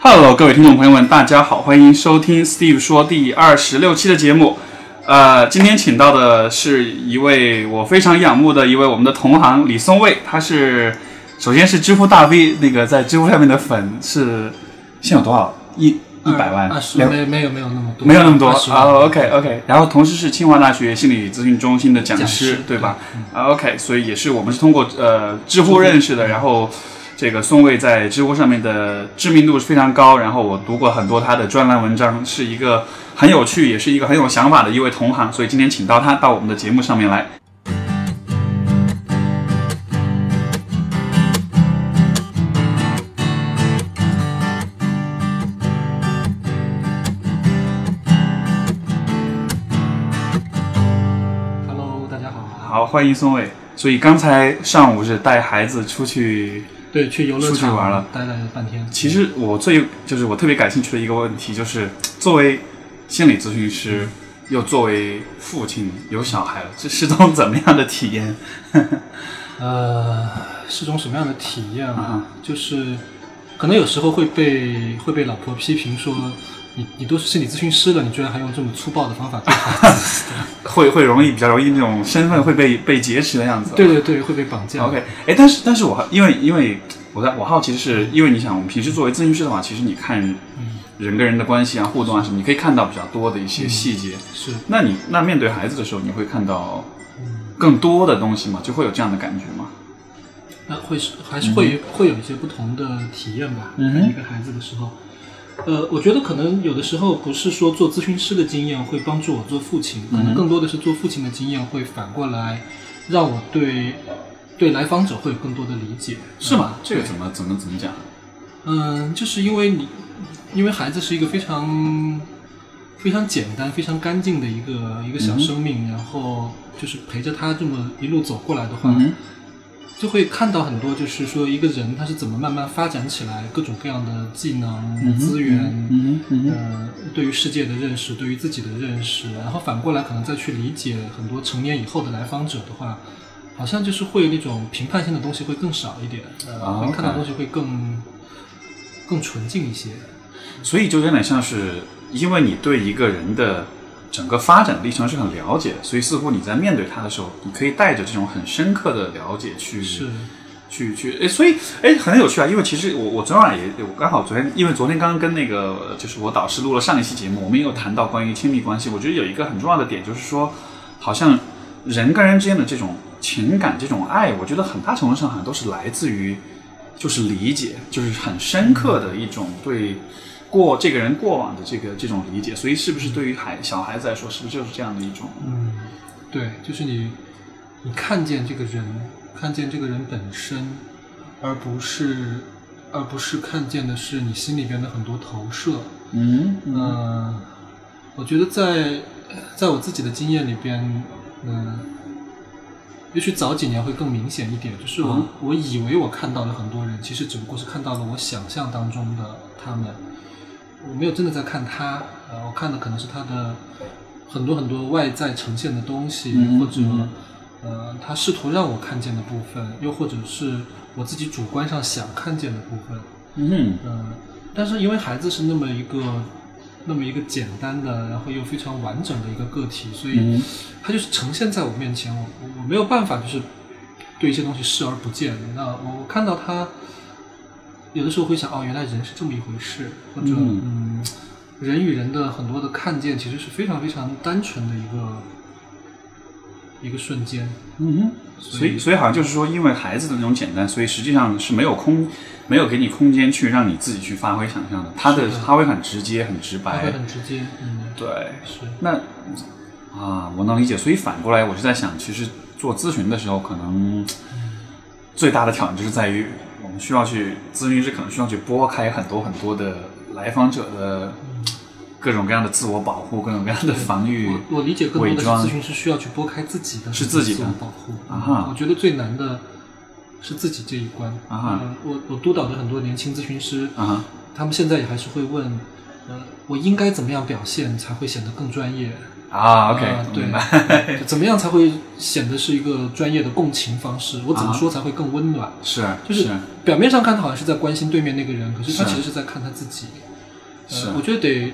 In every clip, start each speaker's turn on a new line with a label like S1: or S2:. S1: Hello，各位听众朋友们，大家好，欢迎收听 Steve 说第二十六期的节目。呃，今天请到的是一位我非常仰慕的一位我们的同行李松蔚，他是首先是知乎大 V 那个在知乎上面的粉是现在有多少一一百万
S2: 二十
S1: 两
S2: 没没有没有那么多，
S1: 没有那么多
S2: 20
S1: 啊
S2: 万、
S1: OK OK，然后同时是清华大学心理咨询中心的讲师，
S2: 讲师
S1: 对吧？啊、OK，所以也是我们是通过呃知乎认识的，然后这个宋卫在知乎上面的知名度是非常高，然后我读过很多他的专栏文章，是一个很有趣，也是一个很有想法的一位同行，所以今天请到他到我们的节目上面来。
S2: Hello，大家好。啊
S1: 好，欢迎宋卫。所以刚才上午是带孩子出去
S2: 对，去游乐
S1: 出去
S2: 场
S1: 玩了，
S2: 待了半天。
S1: 其实我最就是我特别感兴趣的一个问题，就是作为心理咨询师，又作为父亲有小孩了，这是种怎么样的体验？
S2: 呃，是种什么样的体验啊
S1: 啊？
S2: 就是可能有时候会被会被老婆批评说，你你都是心理咨询师了，你居然还用这么粗暴的方法 对待孩子
S1: 会会容易比较容易那种身份会被被劫持的样子。
S2: 对对对，会被绑架。
S1: ，OK，哎，但是但是我因为因为我在我好奇的是，因为你想我们平时作为咨询师的话，其实你看人跟人的关系啊、互动啊什么，你可以看到比较多的一些细节。
S2: 是，嗯
S1: 那你那面对孩子的时候，你会看到更多的东西吗？就会有这样的感觉吗？
S2: 那会是还是会、会有一些不同的体验吧。
S1: 嗯嗯哼
S2: 看一个孩子的时候，呃，我觉得可能有的时候不是说做咨询师的经验会帮助我做父亲，
S1: 嗯
S2: 可能更多的是做父亲的经验会反过来让我对对来访者会有更多的理解，
S1: 是吗？这个怎么怎么怎么讲？
S2: 嗯，就是因为你，因为孩子是一个非常非常简单、非常干净的一个一个
S1: 嗯
S2: 小生命，然后就是陪着他这么一路走过来的话，
S1: 嗯
S2: 就会看到很多，就是说一个人他是怎么慢慢发展起来，各种各样的技能、
S1: 哼
S2: 资源。
S1: 嗯哼嗯哼
S2: 呃，对于世界的认识，对于自己的认识，然后反过来可能再去理解很多成年以后的来访者的话，好像就是会那种评判性的东西会更少一点，呃，
S1: 啊
S2: 会看到
S1: OK
S2: 东西会更更纯净一些。
S1: 所以就有点像是，因为你对一个人的整个发展历程是很了解，所以似乎你在面对他的时候，你可以带着这种很深刻的了解去
S2: 是，
S1: 去去，哎，所以哎很有趣啊，因为其实我我昨晚也我刚好昨天，因为昨天刚刚跟那个呃就是我导师录了上一期节目，我们也有谈到关于亲密关系，我觉得有一个很重要的点就是说，好像人跟人之间的这种情感、这种爱，我觉得很大程度上好像都是来自于就是理解，就是很深刻的一种对过这个人过往的这个这种理解，所以是不是对于孩小孩子来说，是不是就是这样的一种？
S2: 嗯，对，就是你你看见这个人，看见这个人本身，而不是而不是看见的是你心里边的很多投射。
S1: 嗯嗯
S2: 嗯，我觉得在在我自己的经验里边，嗯，也许早几年会更明显一点，就是我、
S1: 嗯
S2: 我以为我看到了很多人，其实只不过是看到了我想象当中的他们，我没有真的在看他，呃，我看的可能是他的很多很多外在呈现的东西，
S1: 嗯
S2: 或者
S1: 嗯
S2: 呃，他试图让我看见的部分，又或者是我自己主观上想看见的部分，
S1: 嗯
S2: 嗯，但是因为孩子是那么一个那么一个简单的，然后又非常完整的一个个体，所以
S1: 嗯
S2: 他就是呈现在我面前，我我我没有办法就是对一些东西视而不见。那我我看到他，有的时候会想，哦，原来人是这么一回事，或者
S1: 嗯
S2: 嗯人与人的很多的看见其实是非常非常单纯的一个一个瞬间。
S1: 嗯哼。所
S2: 所
S1: 以，所以好像就是说，因为孩子的那种简单，所以实际上是没有空，没有给你空间去让你自己去发挥想象的。他的
S2: 是的
S1: 他会很直接，很直
S2: 他会
S1: 白。
S2: 很直接，嗯，
S1: 对，
S2: 是。
S1: 那啊，我能理解。所以反过来，我是在想，其实做咨询的时候，可能最大的挑战就是在于，我们需要去咨询师可能需要去拨开很多很多的来访者的
S2: 嗯
S1: 各种各样的自我保护，各种各样的防御。
S2: 我我理解更多
S1: 伪
S2: 的是
S1: 装
S2: 咨询师需要去拨开自己的
S1: 是自己的
S2: 我保护
S1: 啊哈
S2: 我觉得最难的是自己这一关
S1: 啊哈
S2: 嗯我我督导着很多年轻咨询师，
S1: 啊哈
S2: 他们现在也还是会问，呃，我应该怎么样表现才会显得更专业？
S1: 啊，OK，
S2: 啊
S1: 我
S2: 对
S1: 明白，
S2: 就怎么样才会显得是一个专业的共情方式？我怎么
S1: 啊
S2: 说才会更温暖？
S1: 是啊
S2: 就是表面上看他好像是在关心对面那个人，可是他
S1: 是
S2: 其实是在看他自己。
S1: 是啊
S2: 呃，我觉得得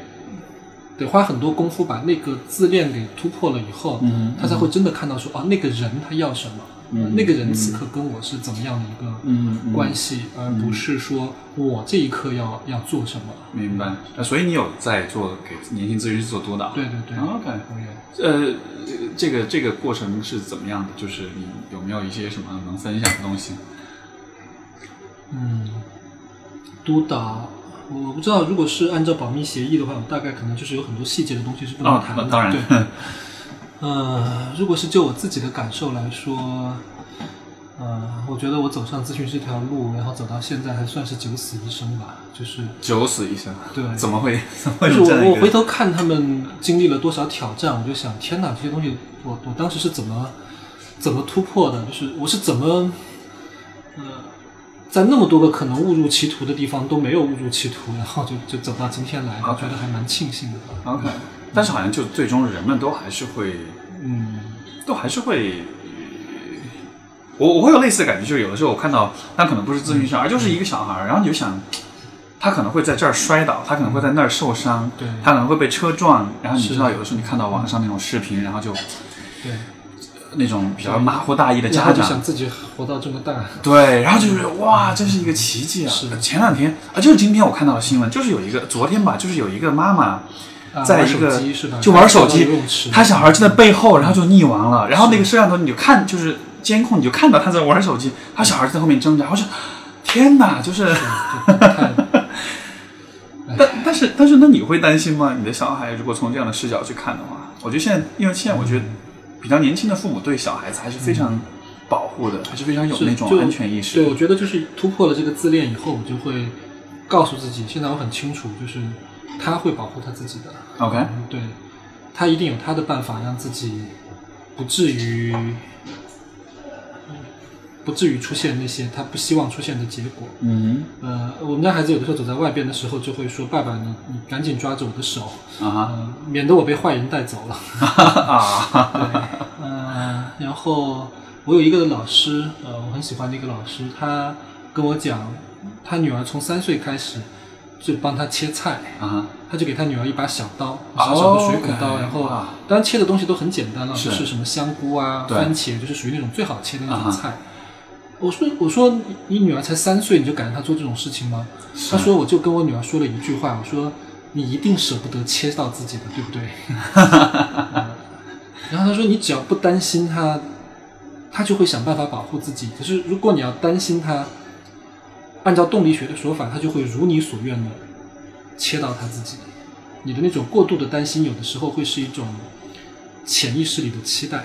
S2: 得花很多功夫把那个自恋给突破了以后，
S1: 嗯
S2: 他才会真的看到说啊，那个人他要什么，
S1: 嗯
S2: 那个人此刻跟我是怎么样的一个
S1: 嗯嗯
S2: 关系，而不是说我这一刻要要做什么。
S1: 嗯明白。那所以你有在做给年轻咨询师做督导？
S2: 对嗯对对，
S1: 啊，OK。
S2: 我也
S1: 呃，这个这个过程是怎么样的？就是你有没有一些什么能分享的东西？
S2: 嗯，督导，我不知道，如果是按照保密协议的话，我大概可能就是有很多细节的东西是不能
S1: 哦
S2: 谈的。，
S1: 当然
S2: 对，， 呃，如果是就我自己的感受来说，呃，我觉得我走上咨询这条路，然后走到现在，还算是九死一生吧。就是，
S1: 九死一生，
S2: 对
S1: 怎么会 怎么会
S2: 就
S1: 有
S2: 是
S1: 这样
S2: 我
S1: 一
S2: 我
S1: 个
S2: 回头看他们经历了多少挑战，我就想，天哪，这些东西我，我当时是怎么怎么突破的？就是我是怎么，呃，在那么多个可能误入歧途的地方都没有误入歧途，然后就 就走到今天来，我
S1: OK
S2: 觉得还蛮庆幸的。
S1: OK，但是好像就最终人们都还是会，
S2: 嗯，
S1: 都还是会，我我会有类似的感觉，就是有的时候我看到，那可能不是咨询
S2: 嗯
S1: 师，而就是一个小孩儿，然后你就想，他可能会在这儿摔倒，他可能会在那儿受伤，
S2: 对
S1: 他可能会被车撞，然后你
S2: 是
S1: 知道有的时候你看到网上那种视频，然后就
S2: 对，
S1: 那种比较马虎大意的
S2: 然后
S1: 家
S2: 就
S1: 长
S2: 想，自己活到这么大，
S1: 对，然后就是哇，这是一个奇迹啊！
S2: 是
S1: 前两天啊，就是今天我看到的新闻，就是有一个昨天吧，就是有一个妈妈
S2: 啊
S1: 在
S2: 玩
S1: 一
S2: 手
S1: 个、
S2: 机是吧
S1: 就玩手
S2: 跳
S1: 机
S2: 到游泳池，
S1: 她小孩
S2: 嗯
S1: 就在背后，然后就溺亡了，然后那个摄像头你就看就是监控，你就看到她在玩手机，她小孩就在后面挣扎，我就天哪，就是，
S2: 就太
S1: 但但是但是那你会担心吗？你的小孩如果从这样的视角去看的话，我觉得现在因为现在我觉得比较年轻的父母对小孩子还是非常保护的，还是非常有
S2: 嗯是
S1: 那种
S2: 就
S1: 安全意识的。
S2: 对，我觉得就是突破了这个自恋以后，我就会告诉自己，现在我很清楚，就是他会保护他自己的。
S1: OK
S2: 嗯对，他一定有他的办法，让自己不至于不至于出现那些他不希望出现的结果。
S1: 嗯
S2: 呃，我们家孩子有的时候走在外边的时候，就会说：“爸爸，你你赶紧抓着我的手，
S1: 啊 哈
S2: 呃，免得我被坏人带走了。”
S1: 啊，
S2: 呃，然后我有一个老师，呃，我很喜欢的一个老师，他跟我讲，他女儿从三岁开始就帮他切菜，
S1: 啊，
S2: 他就给他女儿一把小刀，
S1: 哦
S2: 小小的水果刀，
S1: OK，
S2: 然后
S1: 哇
S2: 当然切的东西都很简单了，
S1: 是
S2: 就是什么香菇啊、
S1: 对
S2: 番茄，就是属于那种最好切的那
S1: 啊哈
S2: 种菜。我说我说你你女儿才三岁你就敢让她做这种事情吗？
S1: 是
S2: 她说我就跟我女儿说了一句话，我说你一定舍不得切到自己的，对不对？然后她说你只要不担心她，她就会想办法保护自己。可是如果你要担心她，按照动力学的说法，她就会如你所愿的切到她自己。你的那种过度的担心，有的时候会是一种潜意识里的期待，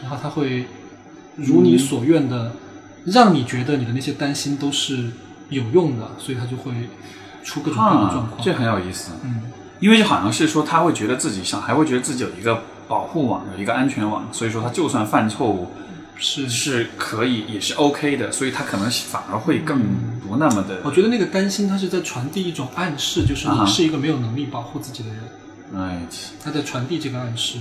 S2: 然后他会如你所愿的，让你觉得你的那些担心都是有用的，所以他就会出各种各样的状
S1: 啊，
S2: 况。
S1: 这很有意思，
S2: 嗯，
S1: 因为好像是说他会觉得自己小孩会觉得自己有一个保护网，有一个安全网，所以说他就算犯错误
S2: 是，
S1: 是可以也是 OK 的，所以他可能反而会更不那么的，
S2: 嗯我觉得那个担心，他是在传递一种暗示，就是
S1: 啊
S2: 你是一个没有能力保护自己的人。
S1: 哎，
S2: 他在传递这个暗示。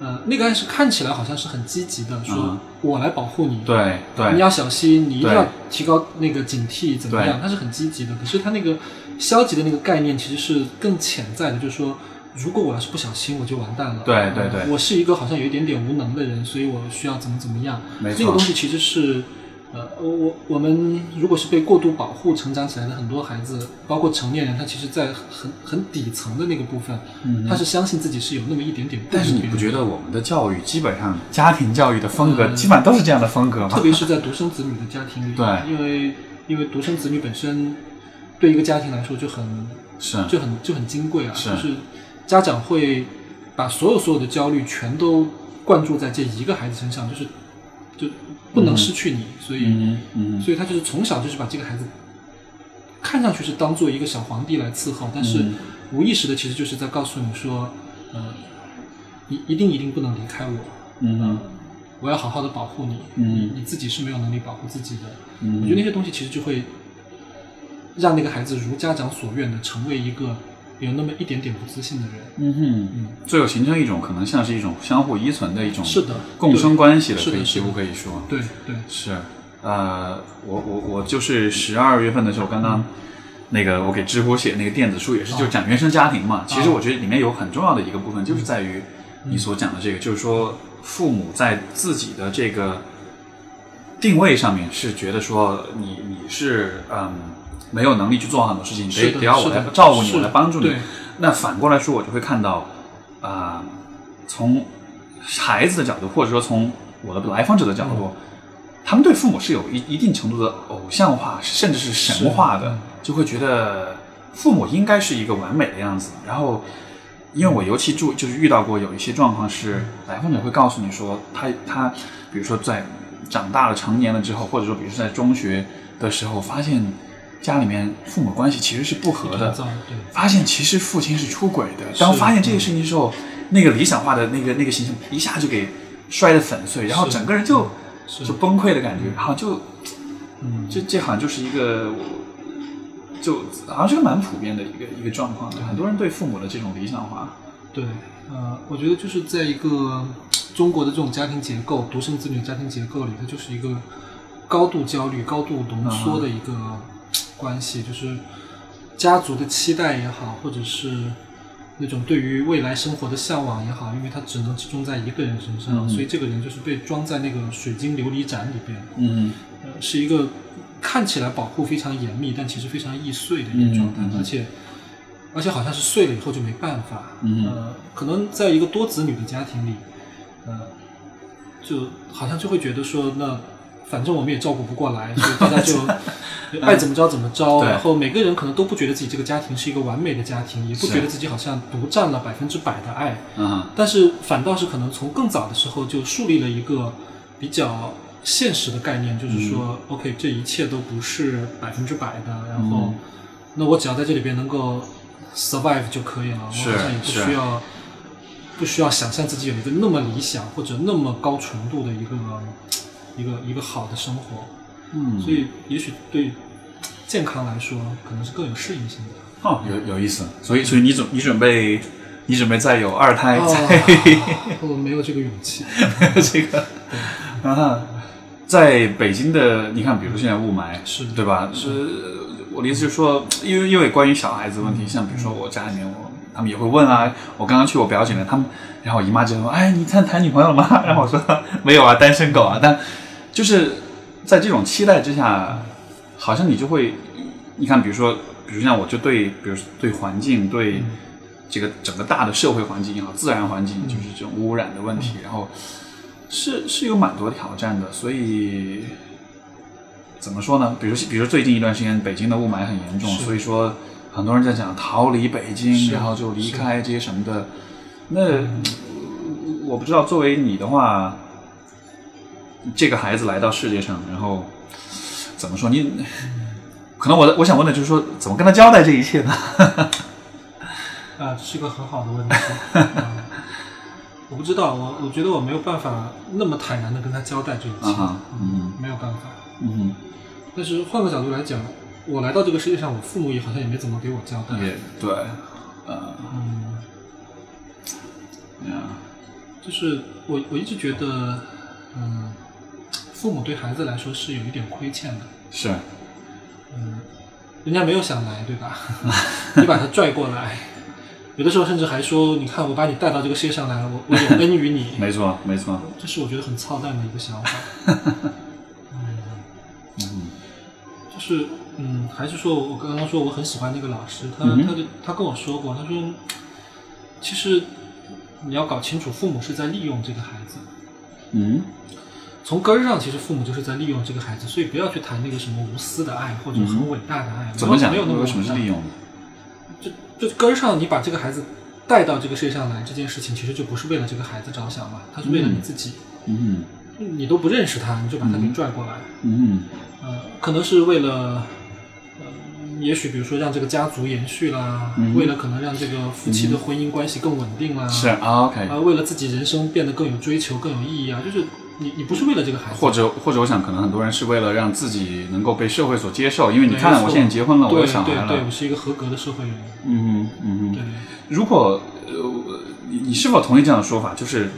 S2: 呃，那个暗示看起来好像是很积极的，说
S1: 嗯
S2: 我来保护你，
S1: 对
S2: 你
S1: 对
S2: 要小心，你一定
S1: 对
S2: 要提高那个警惕，怎么
S1: 对
S2: 样？它是很积极的，可是它那个消极的那个概念其实是更潜在的，就是说，如果我要是不小心，我就完蛋了。
S1: 对对对
S2: 我是一个好像有一点点无能的人，所以我需要怎么怎么样。
S1: 没错
S2: 这个东西其实是，呃，我我我们如果是被过度保护成长起来的很多孩子，包括成年人，他其实在很很底层的那个部分，
S1: 嗯
S2: 他是相信自己是有那么一点点不
S1: 但是
S2: 如
S1: 你
S2: 别
S1: 不
S2: 人
S1: 觉得我们的教育基本上家庭教育的风格
S2: 嗯
S1: 基本上都是这样的风格
S2: 特
S1: 吗？
S2: 别是在独生子女的家庭里，
S1: 对
S2: 因为因为独生子女本身对一个家庭来说就很
S1: 是
S2: 就很就很金贵啊，
S1: 是
S2: 就是家长会把所有所有的焦虑全都灌注在这一个孩子身上，就是就不能失去你，所以、
S1: 嗯嗯
S2: 所以他就是从小就是把这个孩子看上去是当做一个小皇帝来伺候，但是
S1: 嗯
S2: 无意识的其实就是在告诉你说，呃，一一定一定不能离开我，
S1: 嗯
S2: 我要好好的保护你，
S1: 嗯
S2: 你自己是没有能力保护自己的。
S1: 嗯
S2: 我觉得那些东西其实就会让那个孩子如家长所愿的成为一个有那么一点点不自信的人。
S1: 嗯哼，
S2: 嗯，
S1: 最后形成一种可能像是一种相互依存的一种
S2: 是的
S1: 共生关系了，
S2: 是的
S1: 可以
S2: 是
S1: 几
S2: 的
S1: 乎可以说
S2: 对对，
S1: 是。呃，我我我就是十二月份的时候，刚
S2: 嗯
S1: 刚那个我给知乎写那个电子书也是，
S2: 啊
S1: 就讲原生家庭嘛。其实我觉得里面有很重要的一个部分，就是在于你
S2: 哦嗯
S1: 所讲的这个，就是说父母在自己的这个定位上面是觉得说你你是嗯没有能力去做很多事情，
S2: 是
S1: 得
S2: 的，
S1: 得要我
S2: 是
S1: 来
S2: 的
S1: 照顾你，
S2: 是
S1: 我来帮助你
S2: 对。
S1: 那反过来说，我就会看到，啊、从孩子的角度，或者说从我的来访者的角度，他们对父母是有一一定程度的偶像化，甚至是神化的，
S2: 是嗯
S1: 就会觉得父母应该是一个完美的样子。然后，因为我尤其注就是遇到过有一些状况是，来访者会告诉你说，他他比如说在长大了、成年了之后，或者说比如说在中学的时候，发现家里面父母关系其实是不和的
S2: 营，造对
S1: 发现其实父亲是出轨的。当
S2: 是
S1: 发现这个事情之后，那个理想化的那个那个形象一下就给摔得粉碎，然后
S2: 是
S1: 整个人就是嗯就崩溃的感觉，好像就
S2: 嗯，
S1: 这这好像就是一个，就好像是个蛮普遍的一个一个状况，很多人对父母的这种理想化，
S2: 对，呃，我觉得就是在一个中国的这种家庭结构，独生子女家庭结构里，它就是一个高度焦虑、高度浓缩的一个关系，就是家族的期待也好，或者是那种对于未来生活的向往也好，因为它只能集中在一个人身上，
S1: 嗯
S2: 所以这个人就是被装在那个水晶琉璃盏里边，
S1: 嗯
S2: 呃，是一个看起来保护非常严密，但其实非常易碎的一
S1: 嗯
S2: 个状态，
S1: 嗯嗯
S2: 而且而且好像是碎了以后就没办法。
S1: 嗯
S2: 呃，可能在一个多子女的家庭里，呃，就好像就会觉得说，那反正我们也照顾不过来，所以大家 就爱怎么着怎么着。
S1: 嗯对
S2: 然后每个人可能都不觉得自己这个家庭是一个完美的家庭，也不
S1: 是
S2: 觉得自己好像独占了百分之百的爱。
S1: 嗯
S2: 但是反倒是可能从更早的时候就树立了一个比较现实的概念，就是说、o k 这一切都不是百分之百的，然后、
S1: 嗯
S2: 那我只要在这里边能够 survive 就可以了，我
S1: 是
S2: 好像也不
S1: 是
S2: 需要不需要想象自己有一个那么理想或者那么高纯度的一个一个一个好的生活，
S1: 嗯，
S2: 所以也许对健康来说可能是更有适应性的。
S1: 哦，有有意思，所以所以你准你准备你准备再有二胎再
S2: 哦， 我没有这个勇气。
S1: 这个啊，在北京的，你看，比如说现在雾霾，
S2: 是
S1: 对吧？是，我的意思就是说，因为因为关于小孩子问题，像比如说我家里面我。他们也会问啊，我刚刚去我表姐那，他们，然后我姨妈就说：“哎，你看谈女朋友了吗？” 然后我说：“没有啊，单身狗啊。”但就是在这种期待之下，好像你就会，你看，比如说，比如像我就对，比如说对环境，对这个整个大的社会环境也好，自然环
S2: 嗯
S1: 境，就是这种污染的问题，然后是是有蛮多挑战的，所以怎么说呢？比如比如最近一段时间北京的雾霾很严重，
S2: 是
S1: 所以说很多人在讲逃离北京，
S2: 是嗯
S1: 然后就离开这些什么的。那呃我不知道，作为你的话，这个孩子来到世界上，然后怎么说你？
S2: 嗯
S1: 可能我的我想问的就是说，怎么跟他交代这一切呢？
S2: 啊，这是一个很好的问题。嗯我不知道，我我觉得我没有办法那么坦然的跟他交代这一
S1: 啊
S2: 切，
S1: 哈，嗯
S2: 没有办法。
S1: 嗯，
S2: 但是换个角度来讲，我来到这个世界上，我父母也好像也没怎么给我交代。
S1: 也对，呃，
S2: 嗯，
S1: 嗯
S2: 就是我我一直觉得，嗯，父母对孩子来说是有一点亏欠的。
S1: 是，
S2: 嗯，人家没有想来，对吧？ 你把他拽过来，有的时候甚至还说，你看我把你带到这个世界上来了，我我有恩于你。
S1: 没错没错，
S2: 这是我觉得很操蛋的一 个想法。嗯，
S1: 嗯
S2: 就是嗯，还是说我刚刚说我很喜欢那个老师，他、
S1: 嗯哼
S2: 他就他跟我说过，他说其实你要搞清楚，父母是在利用这个孩子。
S1: 嗯
S2: 从根儿上，其实父母就是在利用这个孩子，所以不要去谈那个什么无私的爱或者
S1: 嗯
S2: 很伟大的爱，
S1: 怎么讲？
S2: 没有那么
S1: 为
S2: 伟
S1: 什么是
S2: 大
S1: 利用呢？
S2: 就就根儿上，你把这个孩子带到这个世界上来，这件事情其实就不是为了这个孩子着想嘛，他是为了你
S1: 嗯
S2: 自己，
S1: 嗯
S2: 你都不认识他，你就把他给
S1: 嗯
S2: 拽过来，
S1: 嗯
S2: 呃，可能是为了，呃，也许比如说让这个家族延续啦，
S1: 嗯
S2: 为了可能让这个夫妻的婚姻关系更稳定啦，呃
S1: 是啊，OK，
S2: 啊，为了自己人生变得更有追求、更有意义啊，就是你你不是为了这个孩子，
S1: 或者或者我想，可能很多人是为了让自己能够被社会所接受，因为你
S2: 没
S1: 看，
S2: 错
S1: 我现在结婚了，我
S2: 对
S1: 有小孩
S2: 对对，
S1: 了
S2: 我，是一个合格的社会人，
S1: 嗯哼嗯哼
S2: 对，
S1: 如果呃，你你是否同意这样的说法？就是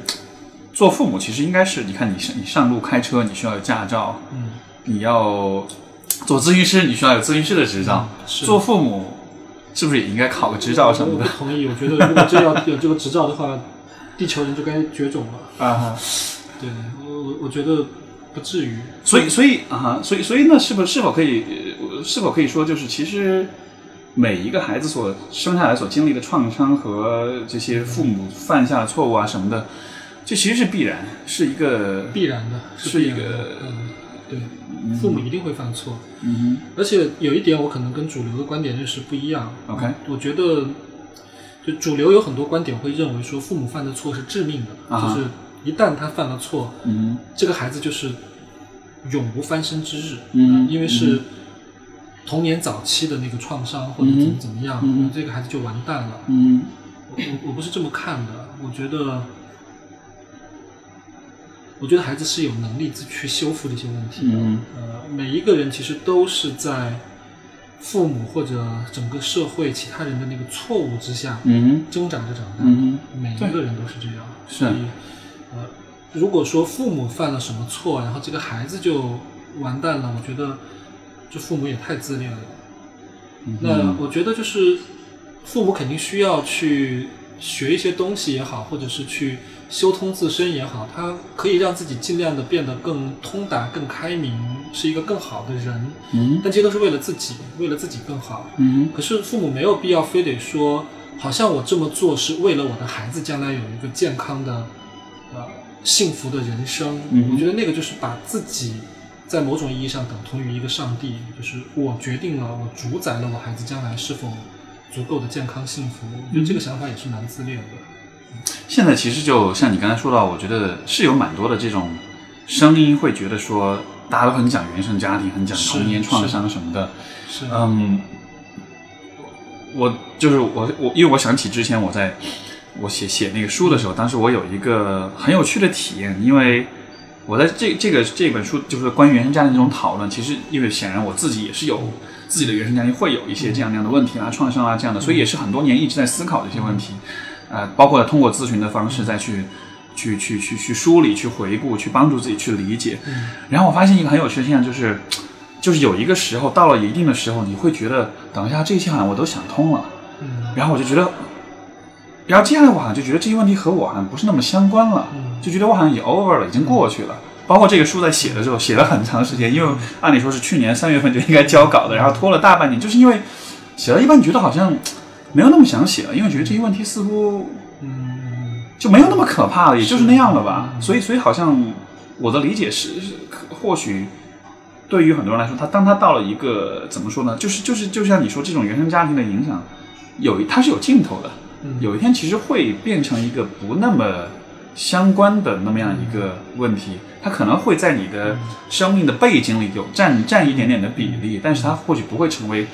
S1: 做父母其实应该是，你看你上你上路开车，你需要有驾照，
S2: 嗯，
S1: 你要做咨询师，你需要有咨询师的执照。
S2: 嗯是
S1: 做父母是不是也应该考个执照什么
S2: 我不
S1: 的？
S2: 同意，我觉得如果真要有这个执照的话，地球人就该绝种了。
S1: 啊，
S2: 对我我我觉得不至于，
S1: 所以所以啊哈，所以所以那是不是否可以呃是否可以说，就是其实每一个孩子所生下来所经历的创伤和这些父母犯下的错误啊什么的，这其实是必然，是一个
S2: 必然的，
S1: 是
S2: 必
S1: 一
S2: 然的
S1: 个，
S2: 嗯，对，父母一定会犯错，
S1: 嗯
S2: 而且有一点我可能跟主流的观点认识不一样。
S1: 哼，OK
S2: 我觉得，就主流有很多观点会认为说父母犯的错是致命的，
S1: 啊哈
S2: 就是一旦他犯了错，
S1: 嗯
S2: 这个孩子就是永无翻身之日，啊
S1: 嗯
S2: 因为是童年早期的那个创伤或者怎么
S1: 嗯
S2: 怎么样，
S1: 嗯
S2: 这个孩子就完蛋了。
S1: 嗯
S2: 我我我不是这么看的，我觉得，我觉得孩子是有能力自去修复这些问题的。
S1: 嗯
S2: 呃，每一个人其实都是在父母或者整个社会其他人的那个错误之下
S1: 嗯
S2: 挣扎着长大的。
S1: 嗯
S2: 每一个人都是这样。
S1: 是
S2: 所以，呃，如果说父母犯了什么错，然后这个孩子就完蛋了，我觉得这父母也太自恋了。
S1: 嗯
S2: 那我觉得就是父母肯定需要去学一些东西也好，或者是去修通自身也好，他可以让自己尽量的变得更通达、更开明，是一个更好的人。
S1: 嗯
S2: 但这些都是为了自己，为了自己更好。
S1: 嗯
S2: 可是父母没有必要非得说，好像我这么做是为了我的孩子将来有一个健康的、呃幸福的人生。
S1: 嗯
S2: 我觉得那个就是把自己在某种意义上等同于一个上帝，就是我决定了，我主宰了我孩子将来是否足够的健康幸福。我觉得这个想法也是蛮自恋的。
S1: 现在其实就像你刚才说到，我觉得是有蛮多的这种声音会觉得说，大家都很讲原生家庭，很讲
S2: 是
S1: 童年
S2: 是
S1: 创伤什么的。
S2: 是，
S1: 嗯，我就是我我，因为我想起之前我在我写写那个书的时候，当时我有一个很有趣的体验，因为我在这这个这本书就是关于原生家庭这种讨论，其实因为显然我自己也是有自己的原生家庭会有一些这样那样的问题啊、创伤啊这样的，所以也是很多年一直在思考这些问题，呃，包括通过咨询的方式再去。去去去去梳理、去回顾、去帮助自己去理解，
S2: 嗯，
S1: 然后我发现一个很有趣的现象，就是，就是有一个时候到了一定的时候，你会觉得，等一下这一切好像我都想通了，
S2: 嗯，
S1: 然后我就觉得，然后接下来我好像就觉得这些问题和我好像不是那么相关了，
S2: 嗯
S1: 就觉得我好像也 over 了，已经过去了。包括这个书在写的时候，写了很长时间，因为按理说是去年三月份就应该交稿的，然后拖了大半年，就是因为写到一半觉得好像没有那么想写了，因为觉得这些问题似乎
S2: 嗯，
S1: 就没有那么可怕了，也就是那样了吧。
S2: 嗯
S1: 所以，所以好像我的理解是，是可或许对于很多人来说，他当他到了一个怎么说呢，就是就是就像你说，这种原生家庭的影响，有一它是有尽头的，
S2: 嗯
S1: 有一天其实会变成一个不那么相关的那么样一个
S2: 嗯
S1: 问题，它可能会在你的生命的背景里有占占一点点的比
S2: 嗯
S1: 例，但是它或许不会成为。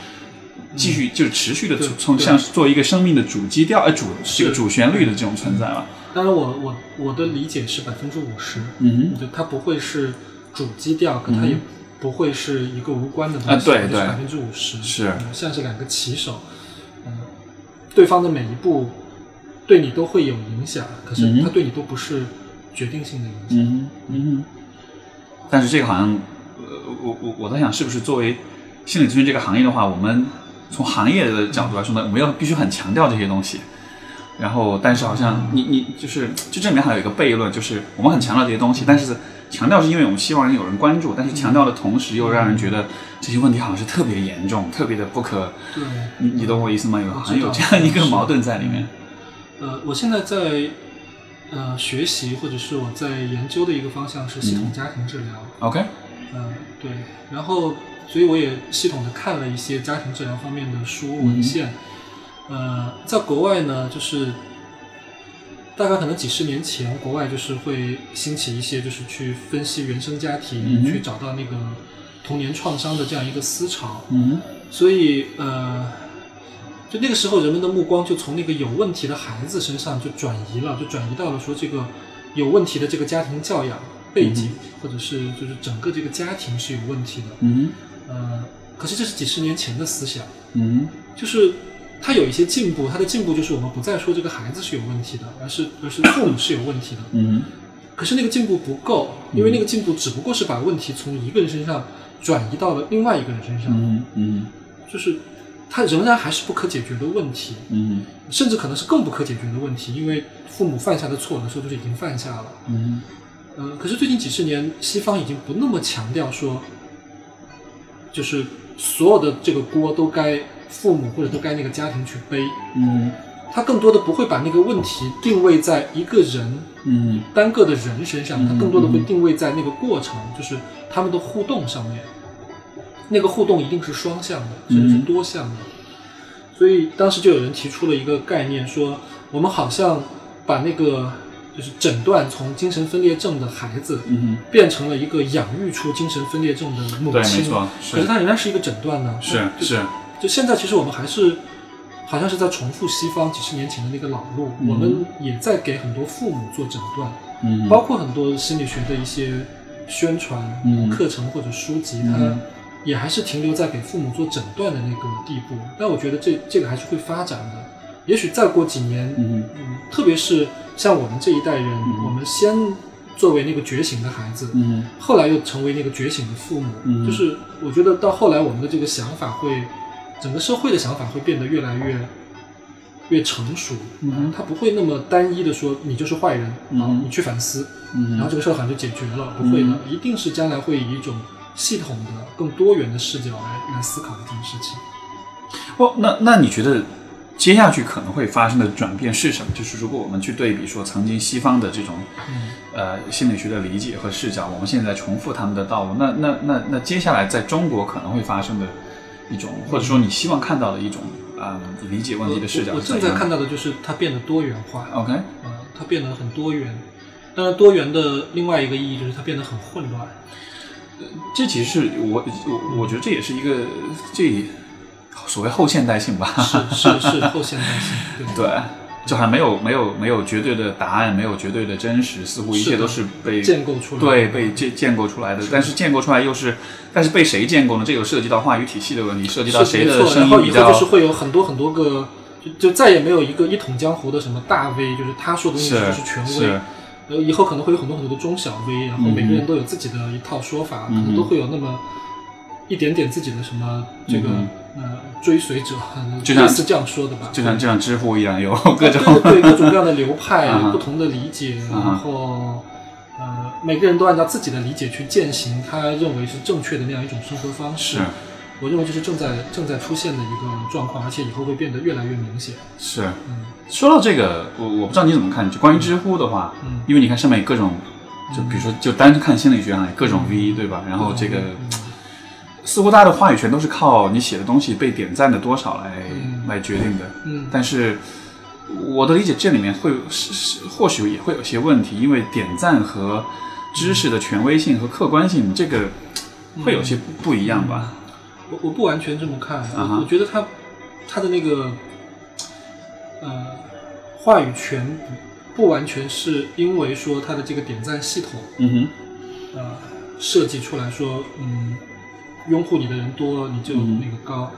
S1: 继续就是持续的
S2: 对
S1: 从
S2: 嗯对
S1: 像做一个生命的主基调，呃主这个
S2: 是
S1: 主旋律的这种存在了。
S2: 当然我我我的理解是百分之五十，
S1: 嗯
S2: 就它不会是主基调，可它也
S1: 嗯
S2: 不会是一个无关的东西，
S1: 啊对对
S2: 百分之五十嗯
S1: 是
S2: 像是两个棋手，嗯，对方的每一步对你都会有影响，可
S1: 嗯
S2: 是
S1: 哼
S2: 它对你都不是决定性的影响。
S1: 嗯嗯，但是这个好像，呃，我我我在想，是不是作为心理咨询这个行业的话，我们从行业的角度来说呢，我们要必须很强调这些东西。然后，但是好像你你就是，就这里面还有一个悖论，就是我们很强调这些东西，但是强调是因为我们希望有人关注，但是强调的同时又让人觉得这些问题好像是特别严重，特别的不可。
S2: 对
S1: 你你懂我意思吗？有
S2: 我知道
S1: 好像有这样一个矛盾在里面。
S2: 呃，我现在在呃学习或者是我在研究的一个方向是系统
S1: 嗯
S2: 家庭治疗。
S1: OK，
S2: 嗯，对，然后所以我也系统的看了一些家庭治疗方面的书
S1: 嗯
S2: 文献。呃，在国外呢，就是大概可能几十年前，国外就是会兴起一些就是去分析原生家庭，
S1: 嗯哼
S2: 去找到那个童年创伤的这样一个思潮。
S1: 嗯
S2: 所以呃，就那个时候人们的目光就从那个有问题的孩子身上就转移了，就转移到了说这个有问题的这个家庭教养，背景，或者是就是整个这个家庭是有问题的。
S1: 嗯
S2: 呃，可是这是几十年前的思想，
S1: 嗯
S2: 就是它有一些进步，它的进步就是我们不再说这个孩子是有问题的，而是而是父母是有问题的。
S1: 嗯
S2: 可是那个进步不够，因为那个进步只不过是把问题从一个人身上转移到了另外一个人身上，
S1: 嗯嗯
S2: 就是它仍然还是不可解决的问题，
S1: 嗯
S2: 甚至可能是更不可解决的问题，因为父母犯下的错有的时候就是已经犯下了。
S1: 嗯
S2: 呃，可是最近几十年，西方已经不那么强调说，就是所有的这个锅都该父母或者都该那个家庭去背，
S1: 嗯
S2: 他更多的不会把那个问题定位在一个人
S1: 嗯
S2: 单个的人身上，它
S1: 嗯
S2: 更多的会
S1: 嗯
S2: 定位在那个过程，就是他们的互动上面。那个互动一定是双向的，
S1: 嗯
S2: 甚至是多向的。所以当时就有人提出了一个概念说我们好像把那个就是诊断从精神分裂症的孩子，
S1: 嗯，
S2: 变成了一个养育出精神分裂症的母
S1: 对，没
S2: 亲。
S1: 错，
S2: 可是
S1: 是
S2: 它仍然是一个诊断呢。
S1: 是，
S2: 就是就现在，其实我们还是好像是在重复西方几十年前的那个老路，
S1: 嗯
S2: 我们也在给很多父母做诊断，
S1: 嗯，
S2: 包括很多心理学的一些宣传、
S1: 嗯
S2: 课程或者书籍，
S1: 嗯
S2: 它也还是停留在给父母做诊断的那个地步。但我觉得这这个还是会发展的，也许再过几年，
S1: 嗯
S2: 嗯，特别是像我们这一代人，
S1: 嗯
S2: 我们先作为那个觉醒的孩子，
S1: 嗯
S2: 后来又成为那个觉醒的父母，
S1: 嗯
S2: 就是我觉得到后来我们的这个想法会，整个社会的想法会变得越来越越成熟，
S1: 嗯
S2: 他不会那么单一的说你就是坏人，
S1: 嗯
S2: 啊，你去反思，
S1: 嗯，
S2: 然后这个事儿好像就解决了，不会的，一定是将来会以一种系统的、更多元的视角来来思考这件事情。
S1: 哦，那那你觉得接下去可能会发生的转变是什么？就是如果我们去对比说曾经西方的这种
S2: 嗯，
S1: 呃心理学的理解和视角，我们现在重复他们的道路，那那那那接下来在中国可能会发生的一种，或者说你希望看到的一种啊、呃理解问题的视角
S2: 我我
S1: 是
S2: 正
S1: 怎
S2: 在
S1: 样的
S2: 看到的就是它变得多元化，
S1: OK，
S2: 呃，它变得很多元。当然，多元的另外一个意义就是它变得很混乱。
S1: 这其实是我我我觉得这也是一个这所谓后现代性吧，
S2: 是是是后现代性，对
S1: 对，就还没有没有没有绝对的答案，没有绝对的真实，似乎一
S2: 是
S1: 切
S2: 的
S1: 都是被
S2: 建构出来的嗯
S1: 对，被建建构出来的。但是建构出来又是，但是被谁建构呢？这有涉及到话语体系的问题，涉及到
S2: 是
S1: 谁
S2: 没
S1: 的
S2: 错。
S1: 声
S2: 然后
S1: 音
S2: 以
S1: 比
S2: 后
S1: 较
S2: 就是会有很多很多个，就就再也没有一个一统江湖的什么大 V，就是他说的东西就是权威
S1: 是。
S2: 呃，以后可能会有很多很多的中小 V，然后每个
S1: 嗯
S2: 人都有自己的一套说法，
S1: 嗯
S2: 可能都会有那么一点点自己的什么这个、
S1: 嗯
S2: 呃追随者，呃
S1: 就像
S2: 类似这样说的吧。
S1: 就像就像知乎一样，有各种
S2: 嗯啊对对对，各种各样的流派
S1: 啊哈，
S2: 不同的理解，
S1: 啊哈
S2: 然后呃，每个人都按照自己的理解去践行他认为是正确的那样一种生活方式
S1: 是。
S2: 我认为这是正在正在出现的一个状况，而且以后会变得越来越明显。
S1: 是。
S2: 嗯，
S1: 说到这个，我我不知道你怎么看，就关于知乎的话，
S2: 嗯
S1: 因为你看上面有各种，就比如说就单看心理学上啊有各种 V 对吧？然后这个。
S2: 嗯
S1: 似乎大家的话语权都是靠你写的东西被点赞的多少来、
S2: 嗯
S1: 来决定的。
S2: 嗯
S1: 但是我的理解，这里面会是是或许也会有些问题，因为点赞和知识的权威性和客观性，这个会有些不不一样吧？
S2: 我我不完全这么看，
S1: 啊哈
S2: 我我觉得他他的那个呃话语权不不完全是因为说他的这个点赞系统，
S1: 嗯
S2: 呃设计出来说，嗯，拥护你的人多，你就
S1: 嗯
S2: 那个高。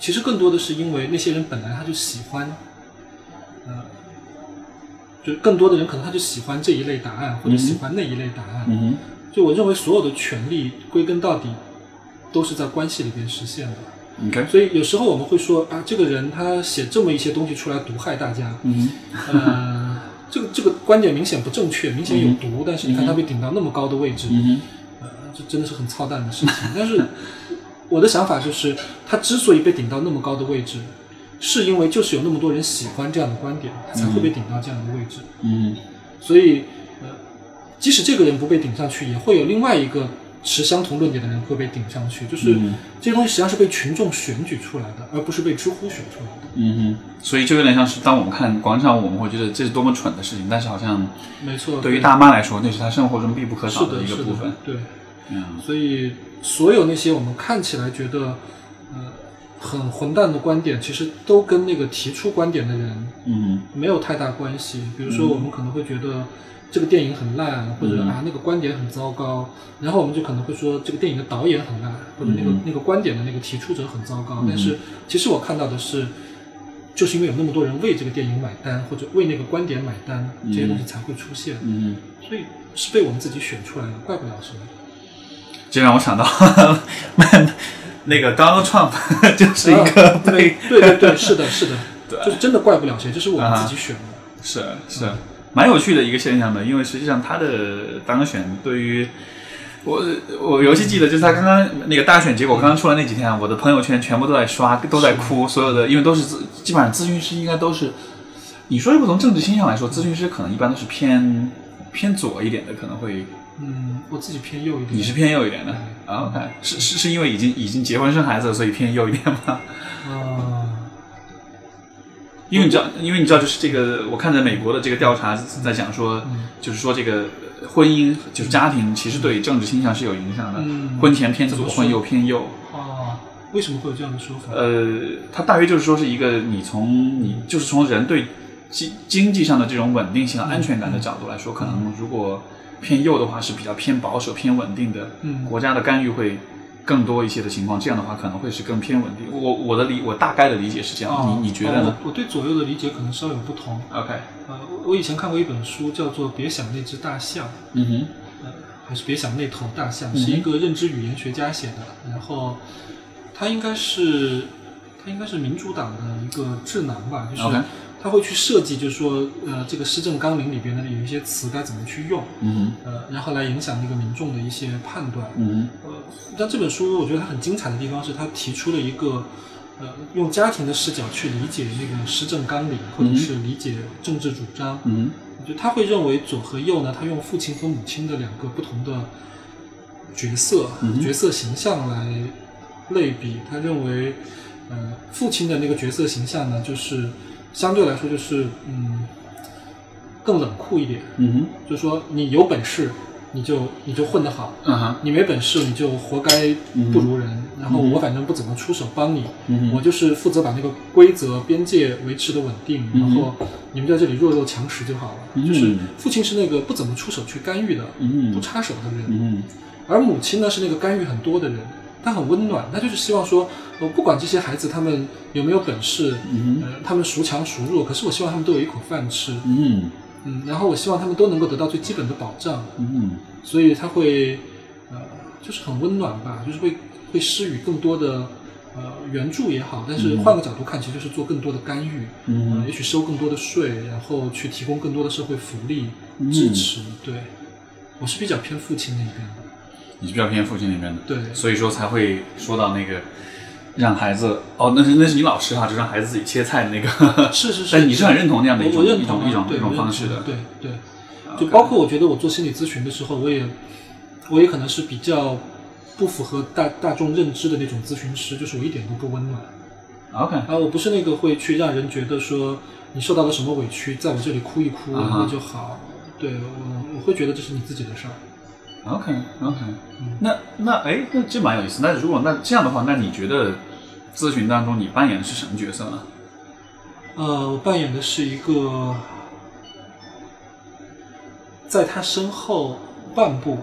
S2: 其实更多的是因为那些人本来他就喜欢，呃，就更多的人可能他就喜欢这一类答案，或者
S1: 嗯
S2: 喜欢那一类答案。
S1: 哼，嗯
S2: 就我认为所有的权利归根到底都是在关系里边实现的。
S1: 哼，OK，
S2: 所以有时候我们会说啊，这个人他写这么一些东西出来毒害大家，
S1: 嗯
S2: 呃，这个这个观点明显不正确，明显有毒，但是你看
S1: 嗯
S2: 他被顶到那么高的位置，
S1: 嗯
S2: 呃，这真的是很操蛋的事情。 但是我的想法就是，他之所以被顶到那么高的位置，是因为就是有那么多人喜欢这样的观点，他才会被
S1: 嗯
S2: 顶到这样的位置。
S1: 哼，嗯
S2: 所以，呃，即使这个人不被顶上去，也会有另外一个持相同论点的人会被顶上去。就是、
S1: 嗯
S2: 这些东西实际上是被群众选举出来的，而不是被知乎选出来的。
S1: 嗯哼，所以就有点像是当我们看广场舞，我们会觉得这是多么蠢的事情，但是好像
S2: 没错，
S1: 对于大妈来说，那是她生活中必不可少
S2: 是的
S1: 一个
S2: 是的
S1: 部分。
S2: 对。
S1: 嗯
S2: 所以，所有那些我们看起来觉得，呃，很混蛋的观点，其实都跟那个提出观点的人
S1: 嗯
S2: 没有太大关系。比如说，我们可能会觉得这个电影很
S1: 嗯
S2: 烂，或者啊那个观点很糟糕，然后我们就可能会说这个电影的导演很烂，或者那个、
S1: 嗯
S2: 那个观点的那个提出者很糟糕。但是其实我看到的是，就是因为有那么多人为这个电影买单，或者为那个观点买单，这些东西才会出现，
S1: 嗯，
S2: 所以是被我们自己选出来的，怪不了谁。
S1: 这让我想到那个 Donald Trump 就是一个
S2: 啊
S1: 被、啊
S2: 对对对对，是的，是的，就是真的怪不了谁，这是我们自己选的。
S1: 是是蛮有趣的一个现象的，因为实际上他的当选对于。我我尤其记得，就是他刚刚那个大选结果刚刚出来那几天啊，我的朋友圈全部都在刷，都在哭，所有的因为都是咨基本上咨询师应该都是，你说如果从政治倾向来说，咨询师可能一般都是偏偏左一点的，可能会
S2: 嗯，我自己偏右一点。
S1: 你是偏右一点的啊？OK，是是是因为已经已经结婚生孩子了，所以偏右一点吗？
S2: 啊，
S1: 因为你知道，因为你知道，就是这个，我看着美国的这个调查在讲说，就是说这个呃婚姻就是家庭，其实对政治倾向是有影响的。
S2: 嗯
S1: 婚前偏左，
S2: 怎么说
S1: 婚后偏右。
S2: 啊，为什么会有这样的说法？
S1: 呃，它大约就是说是一个你从你就是从人对经经济上的这种稳定性、和安全感的角度来说，可能如果偏右的话是比较偏保守、偏稳定的，
S2: 嗯
S1: 国家的干预会更多一些的情况。这样的话可能会是更偏稳定。我我的理我大概的理解是这样，
S2: 啊
S1: 你你觉得呢
S2: 啊、我我对左右的理解可能稍有不同。
S1: ？OK，
S2: 呃，我我以前看过一本书，叫做《别想那只大象》，
S1: 嗯哼，
S2: 呃，还是别想那头大象，
S1: 嗯
S2: 是一个认知语言学家写的。然后他应该是他应该是民主党的一个智囊吧，就是
S1: OK
S2: 他会去设计，就是说呃，这个施政纲领里边呢有一些词该怎么去用，
S1: 嗯哼，
S2: 呃，然后来影响那个民众的一些判断。
S1: 嗯哼。
S2: 呃，但这本书我觉得它很精彩的地方是，它提出了一个，呃，用家庭的视角去理解那个施政纲领，或者是理解政治主张。
S1: 嗯
S2: 我觉得他会认为左和右呢，他用父亲和母亲的两个不同的角色、
S1: 嗯哼
S2: 角色形象来类比。他认为，呃，父亲的那个角色形象呢，就是相对来说就是嗯更冷酷一点，
S1: 嗯
S2: 就说你有本事你就你就混得好，
S1: 哼，啊哈，
S2: 你没本事，你就活该不如人。然后我反正不怎么出手帮你，
S1: 嗯
S2: 我就是负责把那个规则边界维持的稳定，
S1: 嗯
S2: 然后你们在这里弱肉强食就好了。
S1: 嗯
S2: 就是父亲是那个不怎么出手去干预的，
S1: 嗯
S2: 不插手的人，
S1: 嗯
S2: 而母亲呢是那个干预很多的人，她很温暖，她就是希望说，我不管这些孩子他们有没有本事，
S1: 嗯
S2: 呃，他们孰强孰弱，可是我希望他们都有一口饭吃，
S1: 嗯
S2: 嗯，然后我希望他们都能够得到最基本的保障，
S1: 嗯
S2: 所以他会呃，就是很温暖吧，就是会会施予更多的呃援助也好，但是换个角度看，其实就是做更多的干预，
S1: 嗯
S2: 呃，也许收更多的税，然后去提供更多的社会福利
S1: 嗯
S2: 支持。对，我是比较偏父亲那一边的。
S1: 你是比较偏父亲那边的，
S2: 对
S1: 所以说才会说到那个让孩子哦，那是那是你老师哈，就让孩子自己切菜的那个，
S2: 是是是
S1: 哎但你是很认同那样的一
S2: 我
S1: 种
S2: 我认
S1: 一
S2: 同
S1: 种
S2: 啊
S1: 一种
S2: 对
S1: 一
S2: 我
S1: 种
S2: 认同
S1: 方式的，啊
S2: 对对，就包 括我觉得我做心理咨询的时候，我也我也可能是比较不符合大大众认知的那种咨询师，就是我一点都不温暖。
S1: OK，
S2: 啊，我不是那个会去让人觉得说你受到了什么委屈，在我这里哭一哭
S1: 啊哈
S2: 那就好。对我，我会觉得这是你自己的事儿。嗯
S1: OK OK，那那哎，那这蛮有意思。那如果那这样的话，那你觉得咨询当中你扮演的是什么角色呢？
S2: 呃，我扮演的是一个在他身后半步，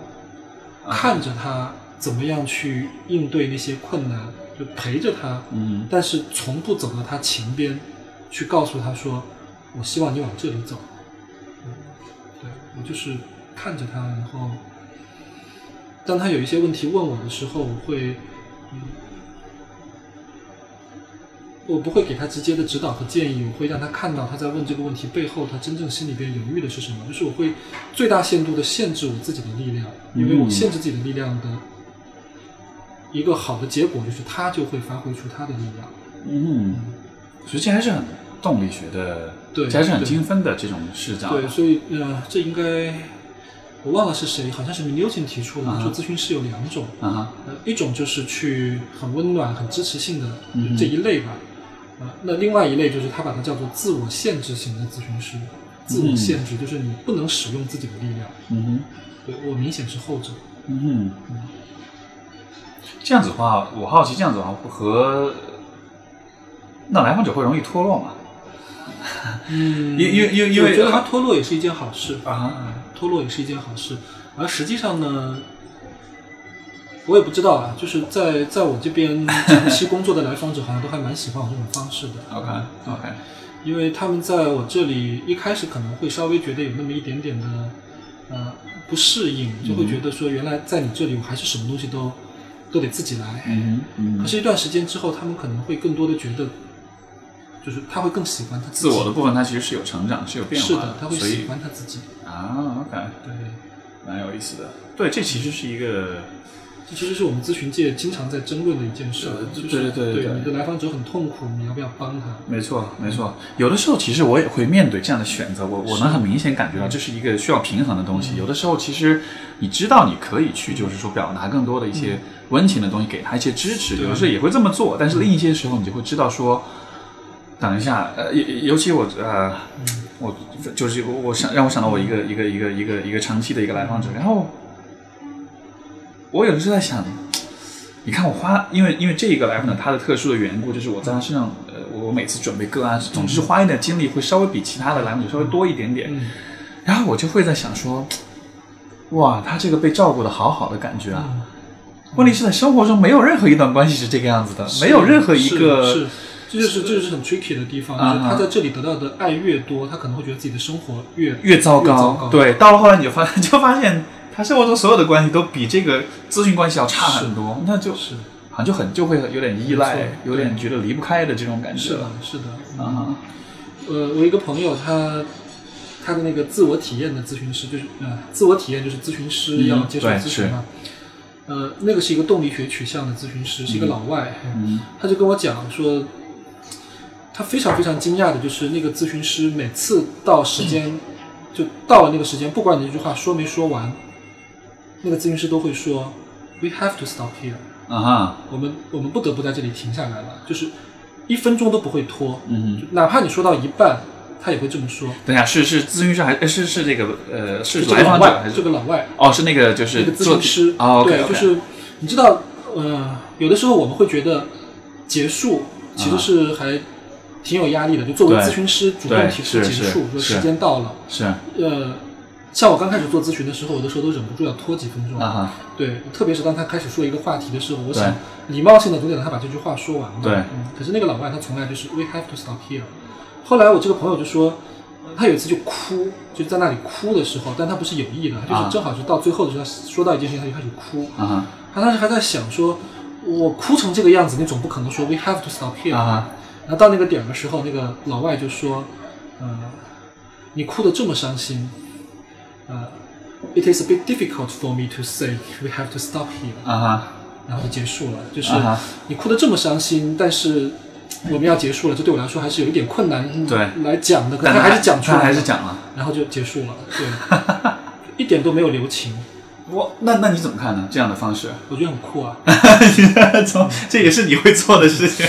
S1: 啊
S2: 看着他怎么样去应对那些困难，就陪着他，
S1: 嗯
S2: 但是从不走到他前边，去告诉他说：“我希望你往这里走。”嗯，对我就是看着他，然后当他有一些问题问我的时候，我会，嗯，我不会给他直接的指导和建议，我会让他看到他在问这个问题背后，他真正心里边犹豫的是什么。就是我会最大限度的限制我自己的力量，因为我
S1: 嗯
S2: 限制自己的力量的一个好的结果就是他就会发挥出他的力量。
S1: 嗯，所以这还是很动力学的，
S2: 对
S1: 这还是很
S2: 对
S1: 精分的这种视角。
S2: 对，所以呃，这应该我忘了是谁，好像是 m i l t o n 提出的，
S1: 啊
S2: 说咨询师有两种，
S1: 啊哈，
S2: 呃，一种就是去很温暖、很支持性的
S1: 嗯哼
S2: 这一类吧，呃，那另外一类就是他把它叫做自我限制型的咨询师。自我限制就是你不能使用自己的力量，
S1: 嗯哼。
S2: 对我明显是后者。
S1: 嗯，这样子的话，我好奇这样子的话和那来访者会容易脱落吗？
S2: 嗯，
S1: 因因因因为
S2: 我觉得它脱落也是一件好事，
S1: 啊，
S2: 脱落也是一件好事。而实际上呢，我也不知道啊，就是在在我这边长期工作的来访者好像都还蛮喜欢我这种方 式的。
S1: OK OK，
S2: 因为他们在我这里一开始可能会稍微觉得有那么一点点的呃不适应，就
S1: 嗯
S2: 会觉得说原来在你这里我还是什么东西都都得自己来。
S1: 嗯
S2: 可
S1: 嗯，
S2: 是，一段时间之后，他们可能会更多的觉得，就是他会更喜欢他
S1: 自
S2: 自己
S1: 我的部分它其实是有成长，是有变
S2: 是
S1: 化
S2: 的，他会
S1: 所以
S2: 喜欢他自己。
S1: 啊 OK，
S2: 对，
S1: 蛮有意思的。对，这其实是一个
S2: 这其实是我们咨询界经常在争论的一件事，
S1: 呃
S2: 就是
S1: 对对对对
S2: 对
S1: 对
S2: 你的来访者很痛苦，你要不要帮他？
S1: 没错，没错。有的时候其实我也会面对这样的选择，我我能很明显感觉到这是一个需要平衡的东西。有的时候其实你知道你可以去，就是说表达更多的一些温情的东西，给他一些支持。
S2: 对
S1: 有的时候也会这么做，但是另一些时候你就会知道说，等一下，呃，尤尤其我呃，我就是我我想让我想到我一个一个一个一个一个长期的一个来访者，然后我有时候在想，你看我花，因为因为这一个来访者他的特殊的缘故，就是我在他身上，呃，我我每次准备个案，总之是花一点精力会稍微比其他的来访者稍微多一点点，
S2: 嗯
S1: 然后我就会在想说，哇，他这个被照顾的好好的感觉啊。
S2: 嗯，
S1: 问题是在生活中没有任何一段关系是这个样子的，没有任何一
S2: 是
S1: 个
S2: 是这就是这就是很 tricky 的地方，
S1: 啊
S2: 就是他在这里得到的爱越多，他可能会觉得自己的生活越
S1: 越糟
S2: 越
S1: 糕
S2: 糟糕。
S1: 对，到了后来你就发 就发现他生活中所有的关系都比这个咨询关系要差很多，那就是好像就很就会有点依赖
S2: 没错，
S1: 有点觉得离不开的这种感觉。
S2: 是的，是的。嗯
S1: 啊哈，
S2: 呃，我一个朋友他。他的那个自我体验的咨询师就是，呃，自我体验就是咨询师
S1: 嗯
S2: 要接受
S1: 对
S2: 咨询嘛，呃，那个是一个动力学取向的咨询师，是一个老外，
S1: 嗯
S2: 他就跟我讲说，他非常非常惊讶的就是那个咨询师每次到时间、就到了那个时间，不管你这句话说没说完，那个咨询师都会说，We have to stop here，
S1: 啊哈，
S2: 我们我们不得不在这里停下来了，就是一分钟都不会拖，
S1: 嗯，
S2: 哪怕你说到一半，他也会这么说。
S1: 等一下，是是咨询师还呃是是这个呃是
S2: 就这个
S1: 来
S2: 老
S1: 访者还
S2: 外，
S1: 是
S2: 这个老外，
S1: 哦是那个就
S2: 那
S1: 是
S2: 个咨
S1: 做
S2: 询师，
S1: 哦
S2: 对
S1: OK
S2: 就是你知道，呃，有的时候我们会觉得结束其实是还挺有压力的，就作为
S1: 啊对
S2: 咨询师主动
S1: 对
S2: 提出结
S1: 是是
S2: 束，说
S1: 是
S2: 时间到了，
S1: 是啊
S2: 呃。像我刚开始做咨询的时候，有的时候都忍不住要拖几分钟。
S1: 哈，
S2: 对，特别是当他开始说一个话题的时候，我
S1: 对
S2: 想礼貌性的总得让他把这句话说完嘛。
S1: 对
S2: 嗯。可是那个老外他从来就是 we have to stop here。后来我这个朋友就说，呃他有一次就哭，就在那里哭的时候，但他不是有意的，他就
S1: 啊
S2: 是正好是到最后的时候，他说到一件事情，他就开始哭。
S1: 啊哈
S2: 他当时还在想说，我哭成这个样子，你总不可能说 we have to stop here。
S1: 啊哈，
S2: 然后到那个点儿的时候，那个老外就说，呃，你哭得这么伤心，呃，it is a bit difficult for me to say we have to stop here，
S1: 啊哈，
S2: 然后就结束了，就是
S1: 啊哈
S2: 你哭得这么伤心，但是。我们要结束了，这对我来说还是有一点困难，
S1: 对
S2: 来讲的，可
S1: 但
S2: 他还是讲出
S1: 他
S2: 来了，
S1: 还是讲了。
S2: 然后就结束了，对， 一点都没有留情，
S1: 我那那你怎么看呢？这样的方 式，
S2: 我觉得很酷啊，
S1: 从这也是你会做的事情。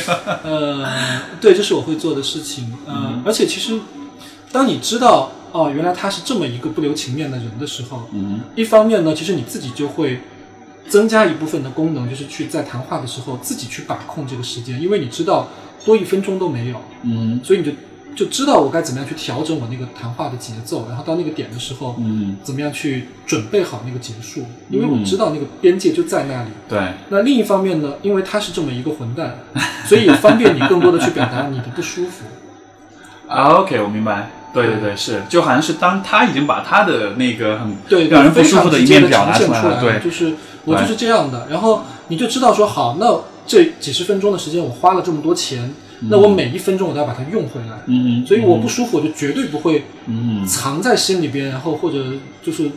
S2: 呃，对，这是我会做的事情。呃，
S1: 嗯
S2: 而且其实，当你知道哦，原来他是这么一个不留情面的人的时候，
S1: 嗯
S2: 一方面呢，其实你自己就会增加一部分的功能，就是去在谈话的时候自己去把控这个时间，因为你知道多一分钟都没有，
S1: 嗯
S2: 所以你就就知道我该怎么样去调整我那个谈话的节奏，然后到那个点的时候，
S1: 嗯，
S2: 怎么样去准备好那个结束，因为
S1: 嗯
S2: 我知道那个边界就在那里。
S1: 对，
S2: 那另一方面呢，因为他是这么一个混蛋，所以也方便你更多的去表达你的不舒服。
S1: 啊，OK，我明白。对对对，是，就好像是当他已经把他的那个很
S2: 对，
S1: 让人不
S2: 非
S1: 舒
S2: 常
S1: 服的
S2: 直
S1: 一
S2: 接
S1: 面
S2: 的
S1: 表
S2: 呈
S1: 达
S2: 现
S1: 来
S2: 出
S1: 了，对，
S2: 就是我
S1: 对
S2: 就是这样的。然后你就知道说，好，那这几十分钟的时间我花了这么多钱，那我每一分钟我都要把它用回来。
S1: 嗯，
S2: 所以我不舒服，我就绝对不会
S1: 嗯
S2: 藏在心里边，然后或者就是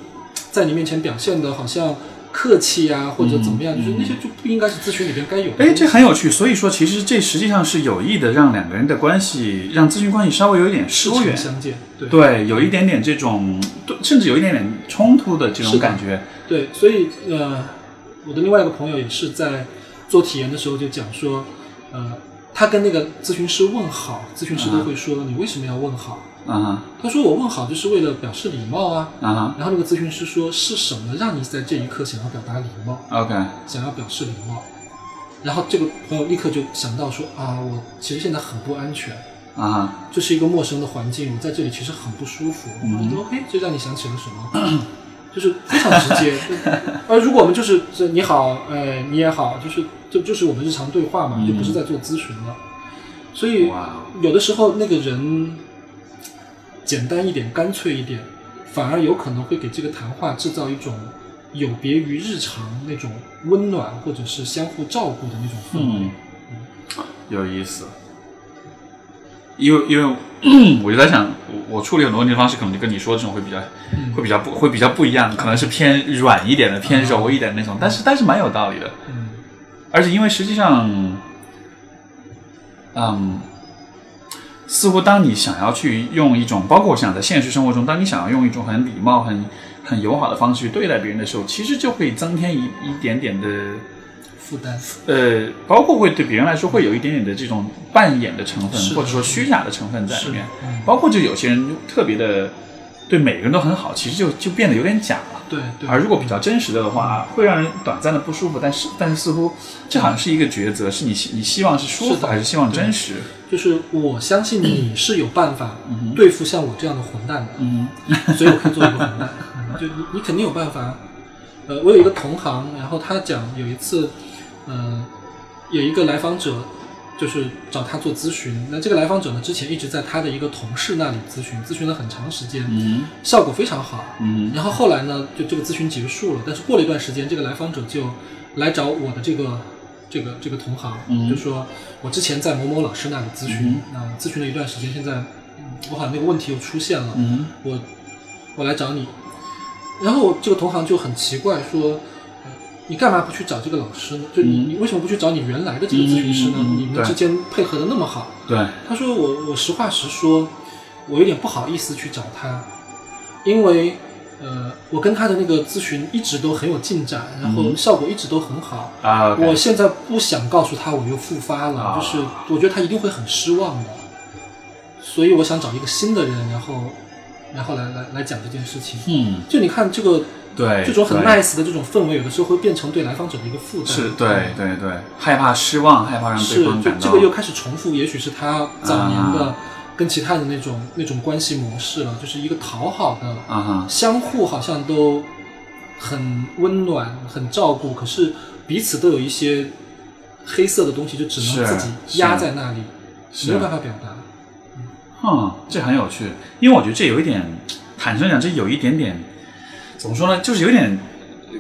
S2: 在你面前表现的好像客气呀、或者怎么样，就是那些就不应该是咨询里边该有的东
S1: 嗯
S2: 西。
S1: 哎，这很有趣。所以说，其实这实际上是有意的，让两个人的关系，让咨询关系稍微有一点
S2: 事
S1: 疏
S2: 情
S1: 远，
S2: 相见，对。
S1: 对，有一点点这种，对甚至有一点点冲突的这
S2: 是
S1: 种
S2: 的
S1: 感觉。
S2: 对，所以呃，我的另外一个朋友也是在做体验的时候就讲说，呃，他跟那个咨询师问好，咨询师都会说、你为什么要问好？
S1: 啊哈，
S2: 他说我问好就是为了表示礼貌啊。
S1: 啊哈
S2: 然后那个咨询师说是什么让你在这一刻想要表达礼貌，
S1: ，OK，啊
S2: 想要表示礼貌？然后这个朋友立刻就想到说啊，我其实现在很不安全，
S1: 啊哈，
S2: 这是一个陌生的环境，在这里其实很不舒服。
S1: 嗯
S2: 我们说 OK，这让你想起了什么？ 就是非常直 接。而如果我们就是这你好，呃，你也好，就是这就是我们日常对话嘛，
S1: 嗯
S2: 就不是在做咨询了。所以
S1: 哇哦
S2: 有的时候那个人简单一点、干脆一点，反而有可能会给这个谈话制造一种有别于日常那种温暖或者是相互照顾的那种氛围。
S1: 嗯，有意思。因为因为我就在想，我我处理很多问题的方式，可能就跟你说这种会比较
S2: 嗯
S1: 会比较不会比较不一样，可能是偏软一点的，偏柔一点的那种，但是但是蛮有道理的。
S2: 嗯
S1: 而且因为实际上，嗯，似乎当你想要去用一种，包括我想在现实生活中，当你想要用一种很礼貌、很很友好的方式去对待别人的时候，其实就会增添一一点点的，
S2: 负担。
S1: 呃，包括会对别人来说会有一点点的这种扮演的成分，
S2: 是的
S1: 或者说虚假的成分在里面。
S2: 是嗯
S1: 包括就有些人就特别的对每个人都很好，其实就就变得有点假了。
S2: 对对。
S1: 啊而如果比较真实的的话，会让人短暂的不舒服，但是但是似乎这好像是一个抉择，是你希你希望是舒
S2: 是
S1: 服
S2: 的
S1: 还是希望真实？
S2: 就是我相信你是有办法
S1: 嗯哼
S2: 对付像我这样的混蛋的，
S1: 嗯
S2: 所以我可以做一个混蛋。嗯就你你肯定有办法。呃，我有一个同行，然后他讲有一次，呃，有一个来访者就是找他做咨询，那这个来访者呢之前一直在他的一个同事那里咨询，咨询了很长时间，
S1: 嗯
S2: 效果非常好。
S1: 嗯
S2: 然后后来呢，就这个咨询结束了，但是过了一段时间，这个来访者就来找我的这个这个这个同行，
S1: 嗯
S2: 就说我之前在某某老师那里咨询，那、咨询了一段时间，现在、嗯我好像那个问题又出现了，
S1: 嗯
S2: 我我来找你，然后我这个同行就很奇怪说。呃你干嘛不去找这个老师呢？就你，
S1: 嗯
S2: 你为什么不去找你原来的这个咨询师呢？
S1: 嗯嗯嗯嗯
S2: 你们
S1: 对
S2: 之间配合的那么好，
S1: 对，
S2: 他说我我实话实说，我有点不好意思去找他，因为呃我跟他的那个咨询一直都很有进展，然后
S1: 嗯
S2: 效果一直都很好。
S1: 啊，OK，
S2: 我现在不想告诉他我又复发了，
S1: 啊
S2: 就是我觉得他一定会很失望的，所以我想找一个新的人，然后然后来来来讲这件事情。
S1: 嗯
S2: 就你看这个
S1: 对，
S2: 这种很
S1: 对
S2: nice 的这种氛围，有的时候会变成对来访者的一个负担。
S1: 是，对对对，害怕失望，害怕让
S2: 是
S1: 对方，
S2: 就
S1: 感到
S2: 这个又开始重复，也许是他早年的
S1: 啊
S2: 跟其他人那种那种关系模式了，就是一个讨好的，
S1: 啊哈，
S2: 相互好像都很温暖、很照顾，可是彼此都有一些黑色的东西，就只能
S1: 是
S2: 自己压在那里，
S1: 是
S2: 没有办法表达。
S1: 嗯，这很有趣，因为我觉得这有一点，坦率讲，这有一点点，怎么说呢，就是有点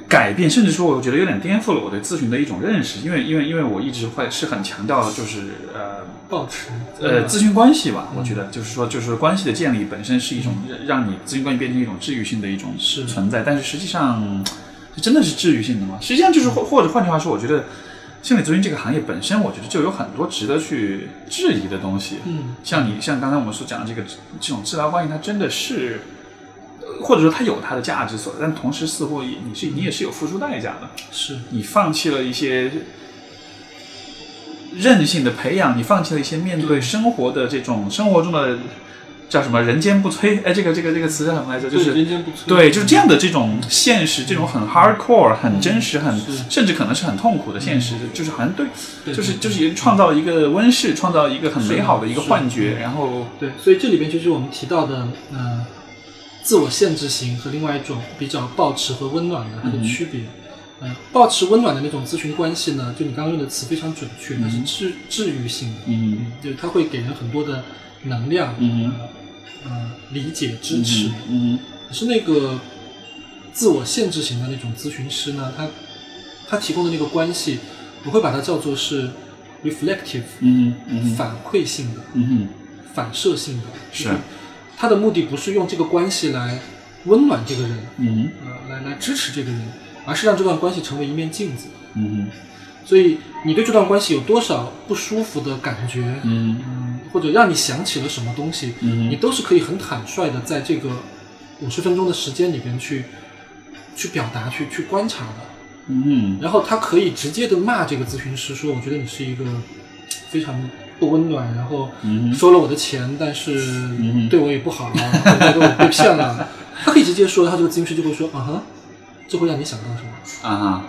S1: 改变，甚至说，我觉得有点颠覆了我对咨询的一种认识，因为因为因为我一直会是很强调，就是呃。
S2: 保持啊
S1: 呃，咨询关系吧，我觉得就是说，就是关系的建立本身是一种让你咨询关系变成一种治愈性的一种
S2: 是
S1: 存在，但是实际上，这真的是治愈性的吗？实际上就是或或者换句话说，我觉得心理咨询这个行业本身，我觉得就有很多值得去质疑的东西。
S2: 嗯
S1: 像你像刚才我们所讲的这个这种治疗关系，它真的是，呃或者说它有它的价值所在，但同时似乎也你是你也是有付出代价的。
S2: 是
S1: 你放弃了一些韧性的培养，你放弃了一些面对生活的这种生活中的叫什么“人间不摧”？哎，这个这个这个词叫什么来着？就是
S2: 人间不摧
S1: 对，就是这样的这种现实，这种很 hardcore、很真实、很
S2: 嗯是
S1: 甚至可能是很痛苦的现实，就是好像对，
S2: 对
S1: 就是
S2: 对
S1: 就是创造了一个温室，创造了一个很美好的一个
S2: 是
S1: 幻觉，然后
S2: 对，所以这里边就是我们提到的，呃，自我限制型和另外一种比较抱持和温暖的它的区别。嗯、呃，抱持温暖的那种咨询关系呢，就你刚刚用的词非常准确，它是治治愈性的，
S1: 嗯
S2: 就是它会给人很多的能量，
S1: 嗯
S2: 呃，呃理解支持。
S1: 嗯
S2: 可是那个自我限制型的那种咨询师呢，他他提供的那个关系，我会把它叫做是 reflective，、
S1: 嗯嗯
S2: 反馈性的，
S1: 嗯
S2: 反射性的，
S1: 是
S2: 就他的目的不是用这个关系来温暖这个人，
S1: 嗯
S2: 呃，来来支持这个人，而是让这段关系成为一面镜子。
S1: 嗯
S2: 所以你对这段关系有多少不舒服的感觉，
S1: 嗯
S2: 嗯，或者让你想起了什么东西，
S1: 嗯
S2: 你都是可以很坦率的在这个五十分钟的时间里边去去表达、去去观察的。
S1: 嗯
S2: 然后他可以直接的骂这个咨询师说：“我觉得你是一个非常不温暖，然后
S1: 嗯
S2: 收了我的钱，但是
S1: 哼
S2: 对我也不 好，然后觉得我被骗了。”他可以直接说，他这个咨询师就会说：“啊哈，这会让你想到什么？”
S1: 啊哈。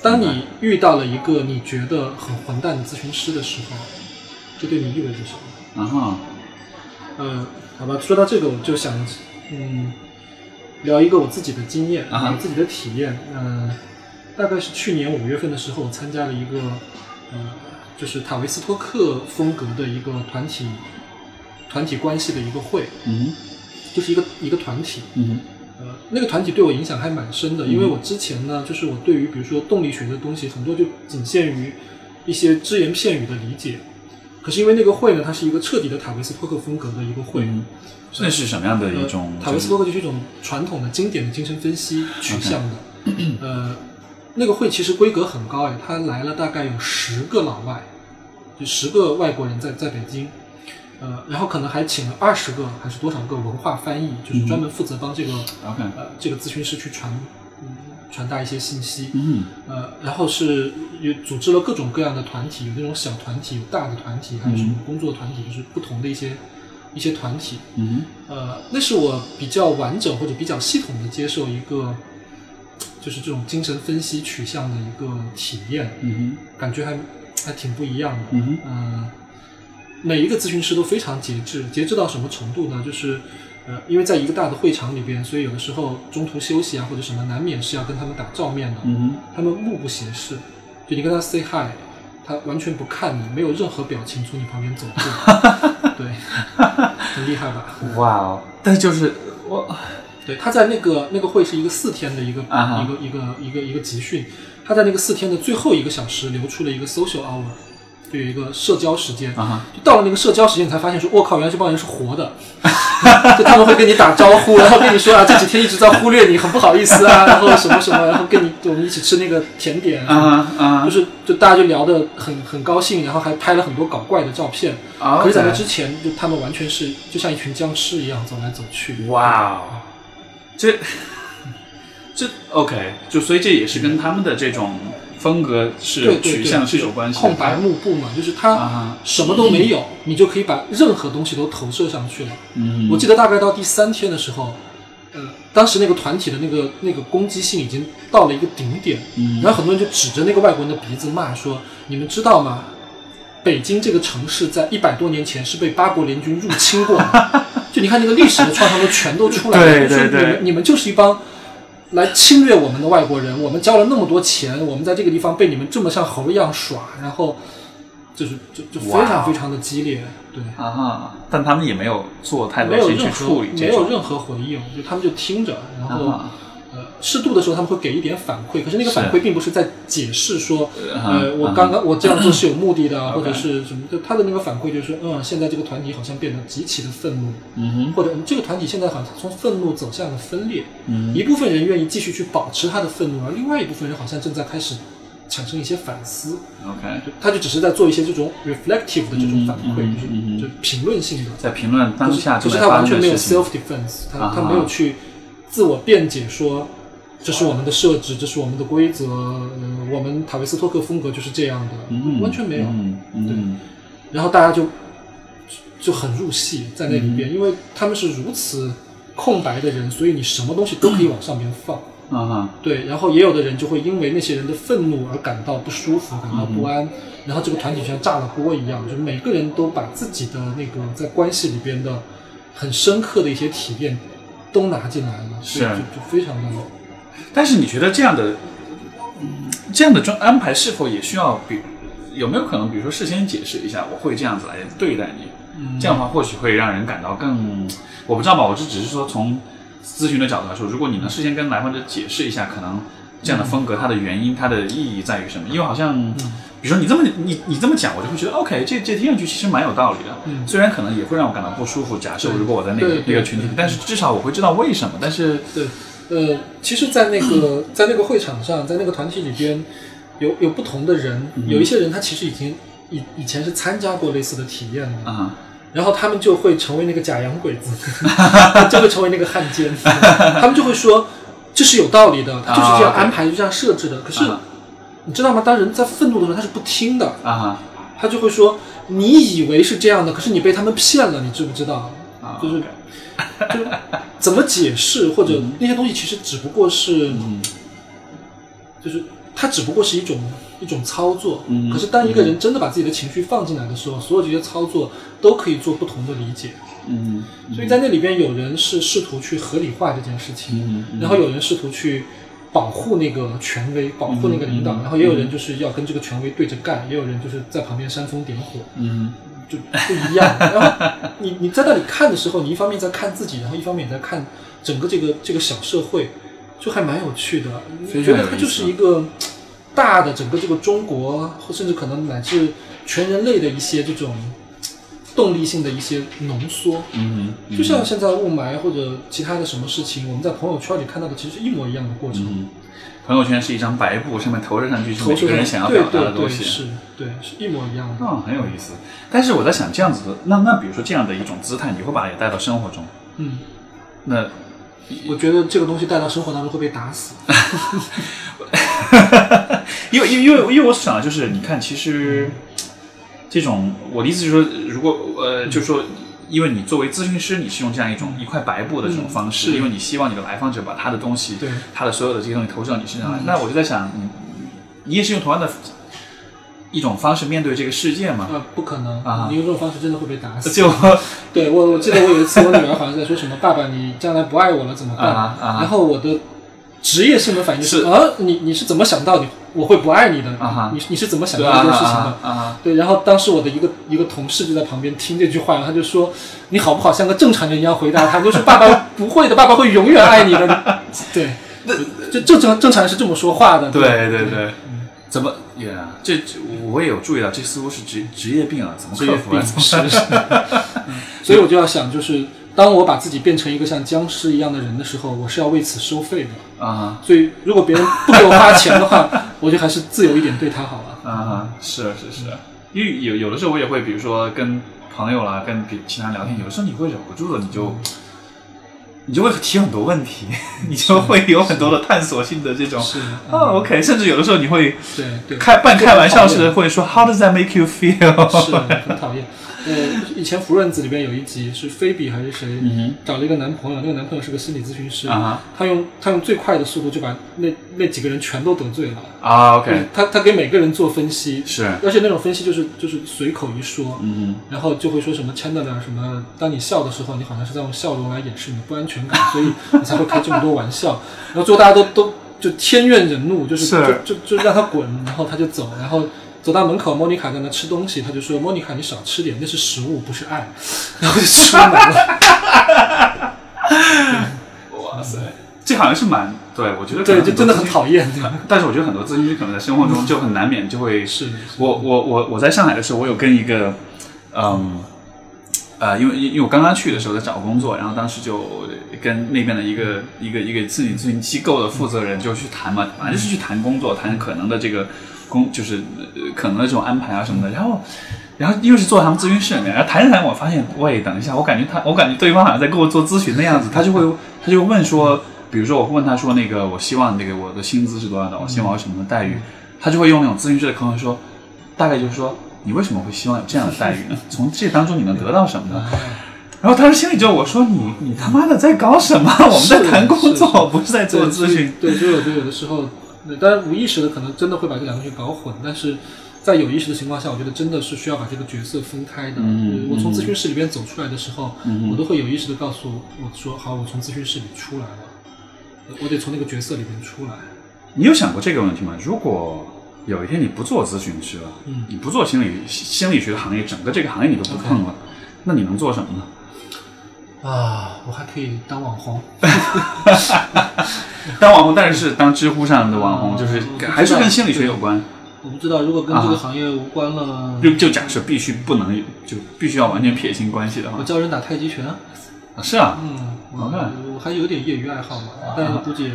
S2: 当你遇到了一个你觉得很混蛋的咨询师的时候，这对你意味着什么？
S1: 啊哈，
S2: 呃，好吧，说到这个，我就想，嗯，聊一个我自己的经验，
S1: 啊哈
S2: 我自己的体验。嗯、大概是去年五月份的时候，我参加了一个，呃，就是塔维斯托克风格的一个团体团体关系的一个会，
S1: 嗯
S2: 就是一个一个团体。
S1: 嗯
S2: 呃，那个团体对我影响还蛮深的，因为我之前呢，就是我对于比如说动力学的东西，很多就仅限于一些只言片语的理解。可是因为那个会呢，它是一个彻底的塔维斯托克风格的一个会，
S1: 嗯那是什么样的一种
S2: 呃、塔维斯托克就是一种传统的经典的精神分析取向的。
S1: 嗯
S2: 呃，那个会其实规格很高哎，他来了大概有十个老外，就十个外国人在在北京。呃，然后可能还请了二十个还是多少个文化翻译，就是专门负责帮这个、
S1: 嗯 OK
S2: 呃这个咨询师去传嗯传达一些信息。
S1: 嗯
S2: 呃，然后是也组织了各种各样的团体，有那种小团体，有大的团体，还有什么
S1: 嗯
S2: 工作团体，就是不同的一些一些团体。
S1: 嗯
S2: 呃，那是我比较完整或者比较系统的接受一个，就是这种精神分析取向的一个体验，
S1: 嗯
S2: 感觉还还挺不一样的。
S1: 嗯哼
S2: 呃，每一个咨询师都非常节制，节制到什么程度呢？就是呃，因为在一个大的会场里边，所以有的时候中途休息啊或者什么，难免是要跟他们打照面的。
S1: 嗯
S2: 他们目不斜视，就你跟他 say hi，他完全不看你，没有任何表情从你旁边走过。对，很厉害吧？
S1: 哼，哇哦！但就是我
S2: 对，他在那个那个会是一个四天的一个、
S1: 啊哈
S2: 一个一个一个一个集训，他在那个四天的最后一个小时留出了一个 social hour，就有一个社交时间。
S1: 啊哈，
S2: 就到了那个社交时间，你才发现说，我靠，原来这帮人是活的， 就他们会跟你打招呼，然后跟你说啊，这几天一直在忽略你，很不好意思啊，然后什么什么，然后跟你我们一起吃那个甜点
S1: 啊啊
S2: 就是就大家就聊得很很高兴，然后还拍了很多搞怪的照片。
S1: 啊！
S2: 可是在那之前，就他们完全是就像一群僵尸一样走来走去。
S1: 哇哦，这 这 OK，就所以这也是跟他们的这种风格
S2: 对
S1: 是
S2: 对对
S1: 取向是有关系的。
S2: 空白幕布嘛，就是
S1: 啊
S2: 它
S1: 哈，
S2: 什么都没有，你就可以把任何东西都投射上去了。
S1: 嗯，
S2: 我记得大概到第三天的时候，呃，当时那个团体的那个那个攻击性已经到了一个顶点，
S1: 嗯
S2: 然后很多人就指着那个外国人的鼻子骂说：“你们知道吗？北京这个城市在一百多年前是被八国联军入侵过的， 就你看那个历史的创伤都全都出来
S1: 对
S2: 了。就
S1: 对
S2: 是
S1: 对
S2: 你们你们就是一帮来侵略我们的外国人，我们交了那么多钱，我们在这个地方被你们这么像猴一样耍，然后就是就就非
S1: 哇哦
S2: 常非常的激烈，对。”
S1: 啊哈，但他们也没有做太
S2: 没
S1: 多
S2: 有
S1: 事情
S2: 任
S1: 去
S2: 何
S1: 处理
S2: 没
S1: 这
S2: 有
S1: 种。
S2: 任何回应，就他们就听着，然后、
S1: 啊
S2: 呃适度的时候他们会给一点反馈，可是那个
S1: 是
S2: 反馈并不是在解释说，
S1: 嗯
S2: 呃，我
S1: 嗯
S2: 刚刚我这样做是有目的的啊，或者
S1: OK
S2: 是什么，就他的那个反馈就是说，嗯，现在这个团体好像变得极其的愤怒，
S1: 嗯哼，
S2: 或者嗯这个团体现在好像从愤怒走向了分裂，
S1: 嗯
S2: 一部分人愿意继续去保持他的愤怒，而另外一部分人好像正在开始产生一些反思，
S1: ，OK，
S2: 就他就只是在做一些这种 reflective 的这种
S1: 嗯
S2: 反馈，
S1: 嗯
S2: 就是、
S1: 嗯嗯
S2: 就评论性的。
S1: 在评论当下
S2: 可
S1: 正
S2: 是
S1: 在
S2: 他
S1: 发
S2: 完
S1: 生
S2: 全
S1: 的
S2: 没有
S1: 事情
S2: self。defense，他
S1: 啊
S2: 他没有去自我辩解说这是我们的设置，这是我们的规则，呃我们塔维斯托克风格就是这样的，
S1: 嗯，
S2: 完全没有。
S1: 嗯嗯
S2: 然后大家就就很入戏在那
S1: 嗯
S2: 里边，因为他们是如此空白的人，所以你什么东西都可以往上面放。
S1: 啊哈，
S2: 对，然后也有的人就会因为那些人的愤怒而感到不舒服，感到不安，
S1: 嗯
S2: 然后这个团体就像炸了锅一样，就每个人都把自己的那个在关系里边的很深刻的一些体验都拿进来了，
S1: 是啊
S2: 所以就就非常的
S1: 但是你觉得这样的，嗯，这样的专安排是否也需要比有没有可能，比如说事先解释一下，我会这样子来对待你，
S2: 嗯
S1: 这样的话或许会让人感到更，我不知道吧，我这只是说从咨询的角度来说，如果你能事先跟来访者解释一下，可能这样的风格它的原因、它的意义在于什么，因为好像。
S2: 嗯
S1: 比如说你这么你你这么讲，我就会觉得 OK，这这听上去其实蛮有道理的。
S2: 嗯
S1: 虽然可能也会让我感到不舒服。假设
S2: 对
S1: 如果我在那个
S2: 对
S1: 那个
S2: 对
S1: 群体里
S2: 对，
S1: 但是至少我会知道为什么。但是
S2: 对，呃，其实，在那个在那个会场上，在那个团体里边，有有不同的人，
S1: 嗯
S2: 有一些人他其实已经以以前是参加过类似的体验的，
S1: 啊、
S2: 然后他们就会成为那个假洋鬼子， 他就会成为那个汉奸，他们就会说这是有道理的，他就是这样
S1: 啊
S2: 安排，就这样设置的。可是
S1: 啊
S2: 你知道吗？当人在愤怒的时候，他是不听的，
S1: 啊哈
S2: 他就会说你以为是这样的，可是你被他们骗了，你知不知道？
S1: 啊，
S2: 就是就是怎么解释或者那些东西，其实只不过是
S1: 嗯
S2: 就是它只不过是一种一种操作。
S1: 嗯
S2: 可是当一个人真的把自己的情绪放进来的时候，所有这些操作都可以做不同的理解。
S1: 嗯，
S2: 所以在那里边，有人是试图去合理化这件事情，
S1: 嗯嗯
S2: 然后有人试图去保护那个权威，保护那个领导，
S1: 嗯嗯
S2: 然后也有人就是要跟这个权威对着干，也有人就是在旁边煽风点火，
S1: 嗯
S2: 就 不一样。然后你你在那里看的时候，你一方面在看自己，然后一方面也在看整个这个这个小社会，就还蛮有趣的。
S1: 非常
S2: 我觉得
S1: 有
S2: 它
S1: 意
S2: 就是
S1: 思
S2: 一个大的整个这个中国，或甚至可能乃至全人类的一些这种动力性的一些浓缩。
S1: 嗯，
S2: 就像现在雾霾或者其他的什么事情，我们在朋友圈里看到的其实是一模一样的过程，
S1: 嗯，朋友圈是一张白布，上面投射上去是
S2: 投
S1: 每
S2: 射
S1: 个
S2: 上
S1: 人想要表达
S2: 对
S1: 的
S2: 对对
S1: 东西。嗯
S2: 是，对是一模一样的。
S1: 嗯，很有意思。但是我在想，这样子的，那那比如说这样的一种姿态，你会把它也带到生活中？
S2: 嗯，
S1: 那嗯
S2: 我觉得这个东西带到生活当中会被打死。
S1: 因为因为因为因为我想的就是，你看，其实这种我的意思就是说，如果呃，就是说，因为你作为咨询师，你是用这样一种一块白布的这种方式，
S2: 嗯是
S1: 因为你希望你的来访者把他的东西，
S2: 对
S1: 他的所有的这些东西投射到你身
S2: 嗯
S1: 上来。那我就在想，你你也是用同样的一种方式面对这个世界嘛？
S2: 呃，不可能
S1: 啊
S2: 你用这种方式真的会被打死。
S1: 就
S2: 对我，我记得我有一次，我女儿好像在说什么“爸爸，你将来不爱我了怎么办”，
S1: 啊啊
S2: 然后我的职业性的反应
S1: 是
S2: 啊，你你是怎么想到你我会不爱你的？
S1: 啊哈
S2: 你你是怎么想
S1: 对
S2: 到
S1: 啊
S2: 这件事情的？
S1: 啊啊！
S2: 对，然后当时我的一个一个同事就在旁边听这句话，然后他就说：“你好不好像个正常人一样回答他？”就是 爸爸不会的，爸爸会永远爱你的。对，就正常正常人是这么说话的。
S1: 对对对。
S2: 嗯
S1: 怎么也这这我也有注意到，这似乎是职职业病啊，怎么
S2: 职业
S1: 克服啊？
S2: 病
S1: 怎 么
S2: 是，是所以我就要想，就是当我把自己变成一个像僵尸一样的人的时候，我是要为此收费的。
S1: 啊
S2: 所以如果别人不给我花钱的话， 我就还是自由一点对他好了。
S1: 啊，是是是，
S2: 嗯
S1: 因为有有的时候我也会，比如说跟朋友啦，跟别其他人聊天，有的时候你会忍不住的，你
S2: 嗯
S1: 就你就会提很多问题， 你就会有很多的探索性的这种
S2: 是嗯
S1: 啊，OK，甚至有的时候你会
S2: 对对。
S1: 开半开玩笑似
S2: 这
S1: 的会说 How does that make you feel？
S2: 是很讨厌。呃，以前《福润子》里边有一集是菲比还是谁、
S1: 嗯
S2: 找了一个男朋友，那个男朋友是个心理咨询师，
S1: 啊
S2: 他用他用最快的速度就把那那几个人全都得罪了。
S1: 啊，OK，
S2: 他他给每个人做分析，
S1: 是，
S2: 而且那种分析就是就是随口一说，
S1: 嗯
S2: 然后就会说什么 Chandler 什么，当你笑的时候，你好像是在用笑容来掩饰你的不安全感，所以你才会开这么多玩笑。然后最后大家都都就天怨人怒，就是
S1: 是
S2: 就就就让他滚，然后他就走，然后走到门口，莫妮卡在那吃东西，他就说莫妮卡你少吃点，那是食物不是爱，然后就吃完 了。
S1: 哇塞，这好像是蛮对，我觉得可
S2: 对，
S1: 能
S2: 就真的
S1: 多咨
S2: 很
S1: 询
S2: 讨厌。
S1: 但是我觉得很多咨询师可能在生活中就很难免就会
S2: 是是
S1: 我我我我在上海的时候，我有跟一个嗯呃，因为因为我刚刚去的时候在找工作，然后当时就跟那边的一个一个一个自己咨询机构的负责人就去谈嘛，反正就是去谈工作，谈可能的这个工就是呃可能的这种安排啊什么的，然后。然后又是做他们咨询室里面，然后谈着谈，我发现，喂，等一下，我感觉他，我感觉对方好像在给我做咨询的样子，他就会，他就问说，比如说我会问他说，那个我希望那个我的薪资是多少的，我希望我什么的待遇，他就会用那种咨询师的口吻说，大概就是说，你为什么会希望有这样的待 遇呢？从这当中你能得到什么呢？然后当时心里就我说你你他妈的在搞什么？我们在谈工作，不是在做咨询。
S2: 对，所以我觉得有的时候，对当然无意识的可能真的会把这两个东西搞混，但是在有意识的情况下，我觉得真的是需要把这个角色分开的。
S1: 嗯
S2: 我从
S1: 嗯
S2: 咨询室里边走出来的时候，
S1: 嗯
S2: 我都会有意识的告诉我说，好，我从咨询室里出来了，我得从那个角色里边出来。
S1: 你有想过这个问题吗？如果有一天你不做咨询师了，
S2: 嗯
S1: 你不做心理心理学行业，整个这个行业你都不碰了，那你能做什么呢？
S2: 啊，我还可以当网红，
S1: 当网红，但是是当知乎上的网红，
S2: 嗯
S1: 就是
S2: 嗯
S1: 还是跟心理学有关。
S2: 我不知道如果跟这
S1: 啊
S2: 个行业无关了，
S1: 就就假设必须不能，就必须要完全撇清关系的话
S2: 我，教人打太极拳。
S1: 啊是啊，
S2: 嗯，
S1: 好看
S2: 我我还有点业余爱好嘛，但是估计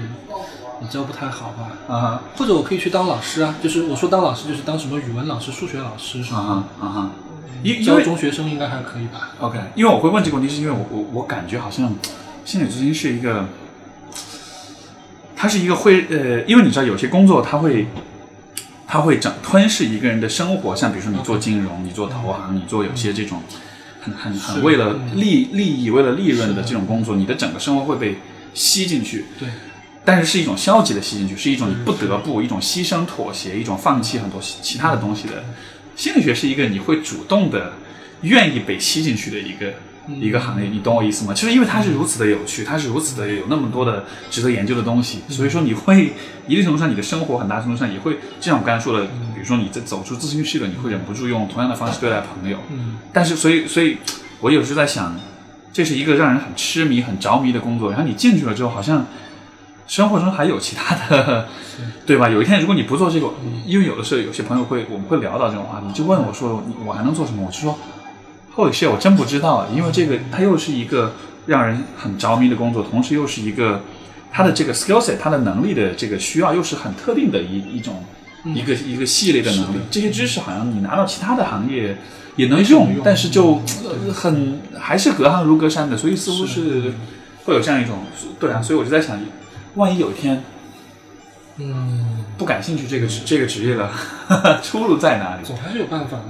S2: 也教不太好吧。
S1: 啊
S2: 或者我可以去当老师啊，就是我说当老师就是当什么语文老师、数学老师，
S1: 哈啊哈啊哈，因因
S2: 教
S1: 为
S2: 中学生应该还可以吧？
S1: OK，因为我会问这个问题，是因为我我我感觉好像心理咨询是一个，它是一个会呃，因为你知道有些工作它会。它会整吞噬一个人的生活，像比如说你做金融，你做投行，你做有些这种很很
S2: 是
S1: 很为了
S2: 嗯
S1: 利利益、为了利润
S2: 是
S1: 的这种工作，你的整个生活会被吸进去。
S2: 对，
S1: 但是是一种消极的吸进去，嗯是一种你不得不、一种牺牲、妥协、一种放弃很多其其他的东西的。心理学是一个你会主动的愿意被吸进去的一个。一个行业，你懂我意思吗？就是因为它是如此的有趣，它是如此的有那么多的值得研究的东西，所以说你会一定程度上，你的生活很大程度上也会，就像我刚才说的，比如说你在走出咨询室了，你会忍不住用同样的方式对待朋友。
S2: 嗯，
S1: 但是，所以，所以我有时候在想，这是一个让人很痴迷、很着迷的工作，然后你进去了之后，好像生活中还有其他的， 对吧？有一天如果你不做这个，因为有的时候有些朋友会，我们会聊到这种话题，就问我说你我还能做什么？我就说。后一些我真不知道，因为这个它又是一个让人很着迷的工作，同时又是一个它的这个 skill set，它的能力的这个需要又是很特定的一一种、一个一个系列嗯的能力。这些知识好像你拿到其他的行业也能用，但是就、呃很还是隔行如隔山的，所以似乎是会有这样一种对啊，所以我就在想，万一有一天
S2: 嗯，
S1: 不感兴趣这个职这个职业了， 出路在哪里？
S2: 总还是有办法的，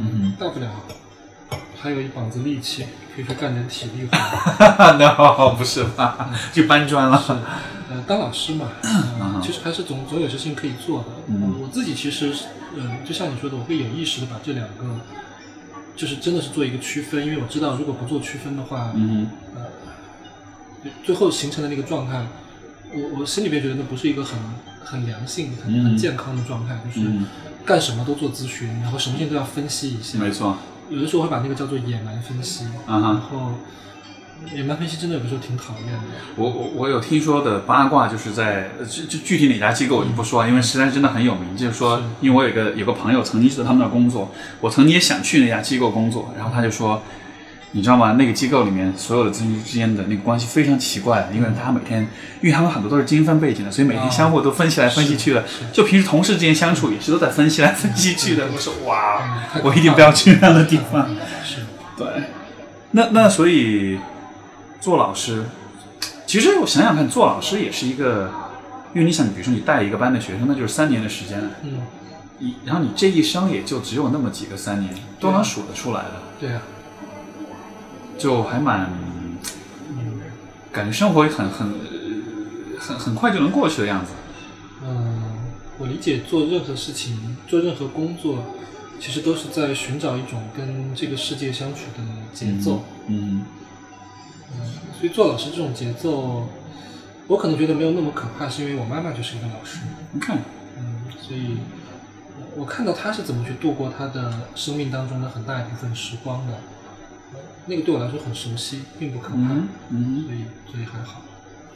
S1: 嗯
S2: 大不了还有一膀子力气可以去干点体力活。
S1: 哼，no，不是吧？ 就搬砖了。
S2: 呃，当老师嘛，呃其实还是总总有些事情可以做的。
S1: 啊嗯
S2: 我自己其实，嗯，就像你说的，我会有意识的把这两个，就是真的是做一个区分，因为我知道如果不做区分的话，
S1: 嗯
S2: 呃，最后形成的那个状态，我我心里面觉得那不是一个很很良性、很
S1: 嗯
S2: 很健康的状态，就是
S1: 嗯
S2: 干什么都做咨询，然后什么事情都要分析一下
S1: 哼，。没错。
S2: 有的时候我会把那个叫做野蛮分析，
S1: 啊哈
S2: 然后野蛮分析真的有的时候挺讨厌的。
S1: 我我我有听说的八卦，就是在呃具具具体哪家机构我就不说了，因为实在是真的很有名。就是说
S2: 是，
S1: 因为我有一个有个朋友曾经是在他们那儿工作，我曾经也想去那家机构工作，然后他就说，你知道吗？那个机构里面所有的咨询师之间的那个关系非常奇怪，因为他每天，因为他们很多都是精英分背景的，所以每天
S2: 啊
S1: 相互都分析来分析去的，就平时同事之间相处也是都在分析来分析去的。我说
S2: 嗯
S1: 哇，我一定不要去那样的地方。
S2: 是，
S1: 对，那那所以做老师，其实我想想看，做老师也是一个，因为你想，比如说你带一个班的学生，那就是三年的时间了，
S2: 嗯，
S1: 你然后你这一生也就只有那么几个三年，都能数得出来的，
S2: 对啊，
S1: 就还蛮
S2: 嗯
S1: 感觉生活很很呃很很快就能过去的样子。
S2: 嗯，我理解做任何事情、做任何工作，其实都是在寻找一种跟这个世界相处的节奏。
S1: 嗯，
S2: 嗯，所以做老师这种节奏，我可能觉得没有那么可怕，是因为我妈妈就是一个老师。
S1: 你看，
S2: 嗯，所以我我看到她是怎么去度过她的生命当中的很大一部分时光的，呃那个对我来说很熟悉，并不可怕，
S1: 嗯嗯
S2: 所以所以还好。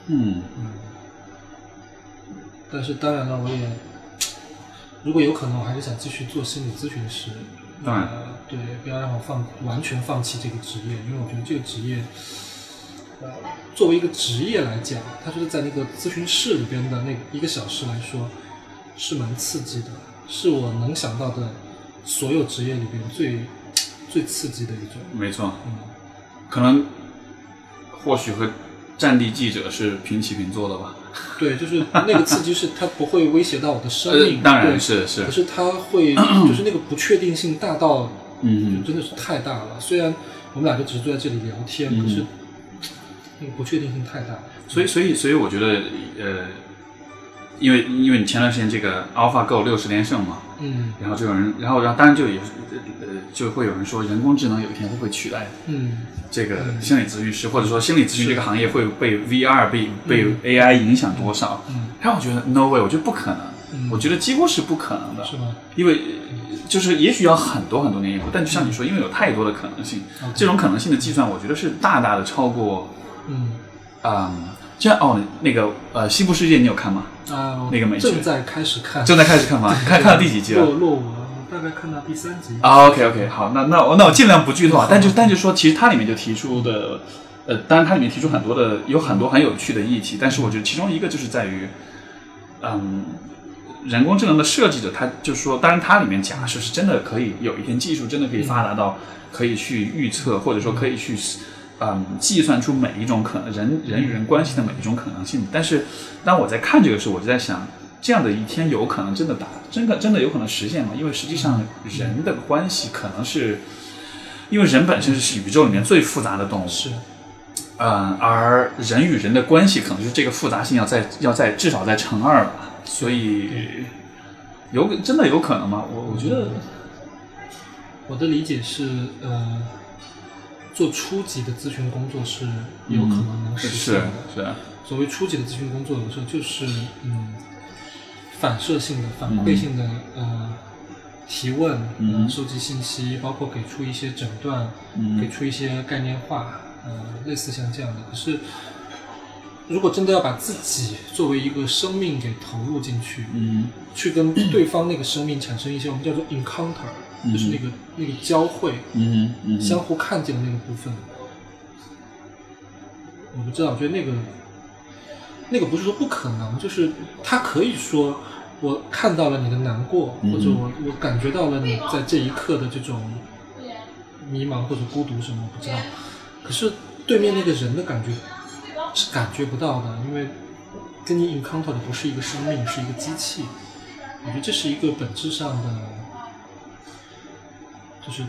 S1: 嗯，
S2: 嗯，但是当然了，我也如果有可能，我还是想继续做心理咨询师。
S1: 当然
S2: 呃对，不要让我放完全放弃这个职业，因为我觉得这个职业，呃，作为一个职业来讲，它就是在那个咨询室里边的那一个小时来说，是蛮刺激的，是我能想到的所有职业里边最最刺激的一种。
S1: 没错，
S2: 嗯，
S1: 可能或许和战地记者是平起平坐的吧。
S2: 对，就是那个刺激是它不会威胁到我的生
S1: 呃
S2: 命，，
S1: 当然
S2: 对
S1: 是是
S2: 可，是它 会就是那个不确定性大到，
S1: 嗯
S2: 就真的是太大了。虽然我们俩就只是坐在这里聊天，
S1: 嗯
S2: 可是那个不确定性太大了。
S1: 所以，所以，所以，我觉得，呃，因为因为你前段时间这个 AlphaGo 六十连胜嘛，
S2: 嗯
S1: 然后就有人，然后然后当然就有呃就会有人说，人工智能有一天会不会取代
S2: 嗯，
S1: 这个
S2: 嗯
S1: 心理咨询师，或者说心理咨询这个行业会被 VR 被被 AI 影响多少？
S2: 嗯，
S1: 但我觉得 no way，我觉得不可能，
S2: 嗯
S1: 我觉得几乎是不可能的，
S2: 是吗？
S1: 因为呃就是也许要很多很多年以后，但就像你说，因为有太多的可能性，
S2: OK
S1: 这种可能性的计算，我觉得是大大的超过。
S2: 嗯
S1: 嗯，这样哦，那个呃，《西部世界》你有看吗？
S2: 啊，我
S1: 那个美剧
S2: 正在开始看，
S1: 正在开始看吗？看看到第几集
S2: 落
S1: 了？
S2: 落伍了，我大概看到第三集。
S1: 啊，OK OK，好，那那我那我尽量不剧透啊，但就但就说，其实它里面就提出的，呃，当然它里面提出很多的有很多很有趣的议题，但是我觉得其中一个就是在于，嗯，人工智能的设计者，他就说，当然它里面假设是真的可以有一天技术真的可以发达到可以去预测，或者说可以去。嗯，计算出每一种可能人人与人关系的每一种可能性，但是当我在看这个时候，我就在想，这样的一天有可能真的达，真的真的有可能实现吗？因为实际上
S2: 嗯
S1: 人的关系可能是，因为人本身是宇宙里面最复杂的动物，
S2: 是，
S1: 嗯，而人与人的关系可能就是这个复杂性要在要在至少在乘二吧，所以有真的有可能吗？我我觉得
S2: 我的理解是，呃，做初级的咨询工作是有可能能嗯实现
S1: 是
S2: 的。
S1: 是，
S2: 所谓初级的咨询工作，有的时候就是嗯，反射性的、反馈性的、呃提问、
S1: 嗯
S2: 呃收集信息，包括给出一些诊断，
S1: 嗯
S2: 给出一些概念化，呃，类似像这样的。可是，如果真的要把自己作为一个生命给投入进去，
S1: 嗯
S2: 去跟对方那个生命产生一些我们叫做 encounter，、
S1: 嗯
S2: 就是那个那个交汇，
S1: 嗯嗯，
S2: 相互看见的那个部分，我不知道，我觉得那个那个不是说不可能，就是他可以说我看到了你的难过，
S1: 嗯
S2: 或者我我感觉到了你在这一刻的这种迷茫或者孤独什么，我不知道。可是对面那个人的感觉是感觉不到的，因为跟你 encounter 的不是一个生命，是一个机器。我觉得这是一个本质上的，就是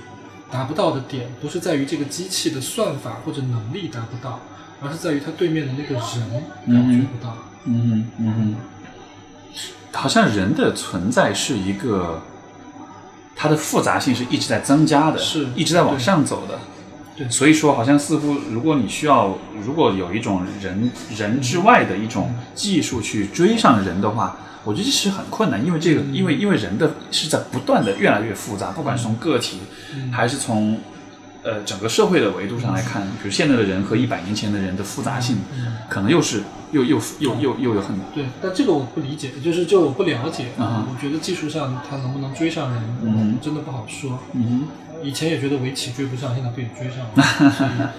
S2: 达不到的点，不是在于这个机器的算法或者能力达不到，而是在于它对面的那个人感觉不到。
S1: 嗯哼嗯哼，好像人的存在是一个，它的复杂性是一直在增加的，
S2: 是
S1: 一直在往上走的。
S2: 对
S1: 所以说好像似乎，如果你需要，如果有一种人人之外的一种技术去追上人的话，我觉得这是很困难，因为这个，
S2: 嗯
S1: 因为因为人的是在不断的越来越复杂，不管是从个体
S2: 嗯
S1: 还是从呃整个社会的维度上来看，比如现在的人和一百年前的人的复杂性，
S2: 嗯
S1: 可能又是又又又又又有很
S2: 对，但这个我不理解，就是就我不了解。
S1: 啊
S2: 我觉得技术上它能不能追上人，
S1: 嗯
S2: 真的不好说。
S1: 嗯
S2: 以前也觉得围棋追不上，现在被追上了。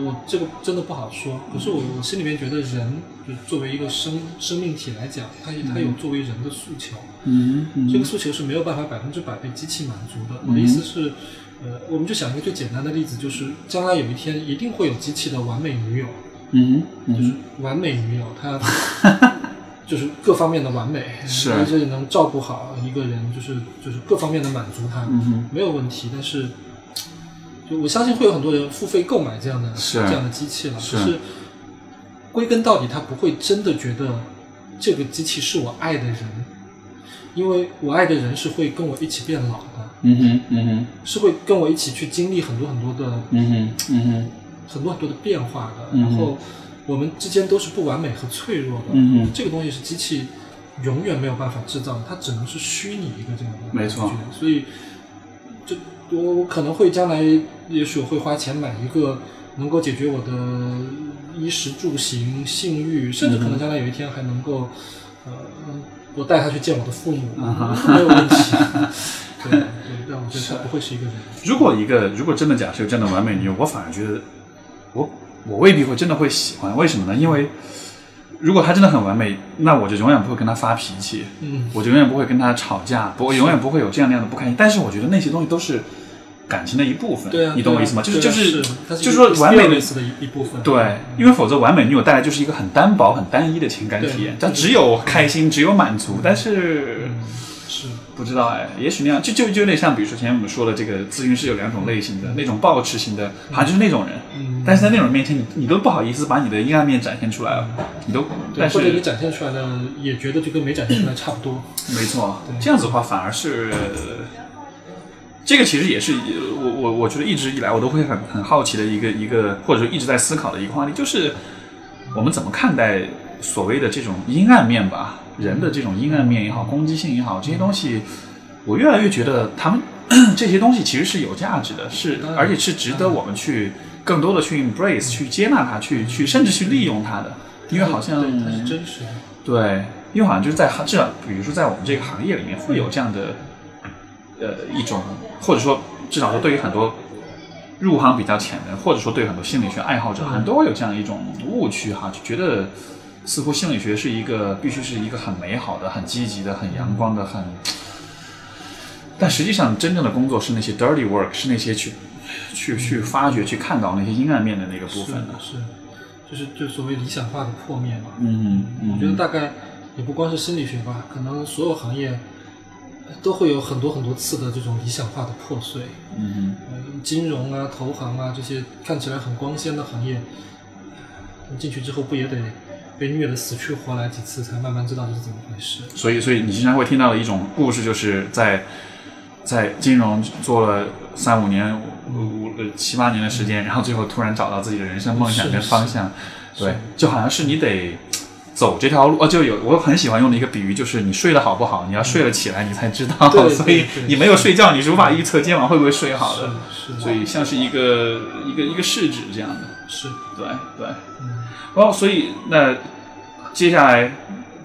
S2: 以我这个真的不好说，可是我我心里面觉得人，就是作为一个生生命体来讲，它它有作为人的诉求，
S1: 嗯
S2: 这个
S1: 嗯
S2: 诉求是没有办法百分之百被机器满足的。我的意思是，呃，我们就想一个最简单的例子，就是将来有一天一定会有机器的完美女友，
S1: 嗯
S2: 就是
S1: 嗯
S2: 完美女友， 她就是各方面的完美，
S1: 是
S2: 而且能照顾好一个人，就是就是各方面的满足她，
S1: 嗯
S2: 没有问题。但是，就我相信会有很多人付费购买这样的
S1: 是
S2: 这样的机器了，
S1: 是
S2: 可是归根到底，他不会真的觉得这个机器是我爱的人，因为我爱的人是会跟我一起变老的，
S1: 嗯哼嗯哼
S2: 是会跟我一起去经历很多很多的
S1: 嗯哼嗯
S2: 很多很多的变化的，
S1: 嗯
S2: 然后我们之间都是不完美和脆弱的。
S1: 嗯哼
S2: 这个东西是机器永远没有办法制造的，它只能是虚拟一个这样的
S1: 没
S2: 感觉。
S1: 错
S2: 所以就我我可能会将来，也许我会花钱买一个能够解决我的衣食住行、性欲，甚至可能将来有一天还能够，呃，我带他去见我的父母，
S1: 啊
S2: 没 有问题。对，对但我觉得他不会是一个人。
S1: 如果一个如果真的假设有这样的完美女友，我反而觉得我我未必会真的会喜欢，为什么呢？因为如果她真的很完美，那我就永远不会跟她发脾气，
S2: 嗯，
S1: 我就永远不会跟她吵架，不，我永远不会有这样那样的不开心。但是我觉得那些东西都是感情的一部分，
S2: 对啊，
S1: 你懂我意思吗？就
S2: 对啊
S1: 是就
S2: 对啊是，它
S1: 就是
S2: 一
S1: 说
S2: 个
S1: 完美的
S2: experience 的一一部分。
S1: 对，因为否则完美女友带来就是一个很单薄、很单一的情感体验，它
S2: 对
S1: 只有开心，只有满足，但是
S2: 嗯，是，
S1: 不知道哎，也许那样就就就有点像，比如说前面我们说的这个咨询师有两种类型的，那种暴持型的，好像就是那种人，
S2: 嗯，
S1: 但是在那种人面前，你你都不好意思把你的阴暗面展现出来了，你都，
S2: 对，
S1: 但
S2: 或者你
S1: 是
S2: 展现出来的也觉得就跟没展现出来差不多。
S1: 没错
S2: 对，
S1: 这样子的话反而是。这个其实也是我我我觉得一直以来我都会很很好奇的一个一个或者说一直在思考的一个话题，就是我们怎么看待所谓的这种阴暗面吧？人的这种阴暗面也好，攻击性也好，这些东西，我越来越觉得他们 这些东西其实是有价值的，是
S2: 当然
S1: 而且是值得我们去更多的去 embrace、去接纳它、去去甚至去利用它的，因为好像
S2: 对，它是真实的。
S1: 对，因为好像就是在行至少，比如说在我们这个行业里面，会有这样的，呃，一种或者说至少说对于很多入行比较浅的，或者说对很多心理学爱好者，好像都会有这样一种误区哈，就觉得似乎心理学是一个必须是一个很美好的、很积极的、很阳光的、很，但实际上真正的工作是那些 dirty work，是那些去去去发掘、去看到那些阴暗面的那个部
S2: 是
S1: 分的。
S2: 是，就是就所谓理想化的破灭嘛。
S1: 嗯
S2: 我觉得
S1: 嗯
S2: 大概也不光是心理学吧，可能所有行业都会有很多很多次的这种理想化的破碎。
S1: 嗯
S2: 呃金融啊、投行啊这些看起来很光鲜的行业，你进去之后不也得被虐得死去活来几次，才慢慢知道这是怎么回事？
S1: 所以，所以你经常会听到的一种故事，就是在在金融做了三五年、五五七八年的时间，然后最后突然找到自己的人生梦想
S2: 是
S1: 跟方向，
S2: 是
S1: 对
S2: 是，
S1: 就好像是你得走这条路哦，就有我很喜欢用的一个比喻，就是你睡得好不好，你要睡了起来，你才知道，
S2: 对对
S1: 所以
S2: 对
S1: 你没有睡觉，你是无法预测今晚会不会睡好的，
S2: 是是
S1: 所以像是一个一个一个试纸这样的，
S2: 是，
S1: 对对。
S2: 嗯，
S1: 哦，所以那接下来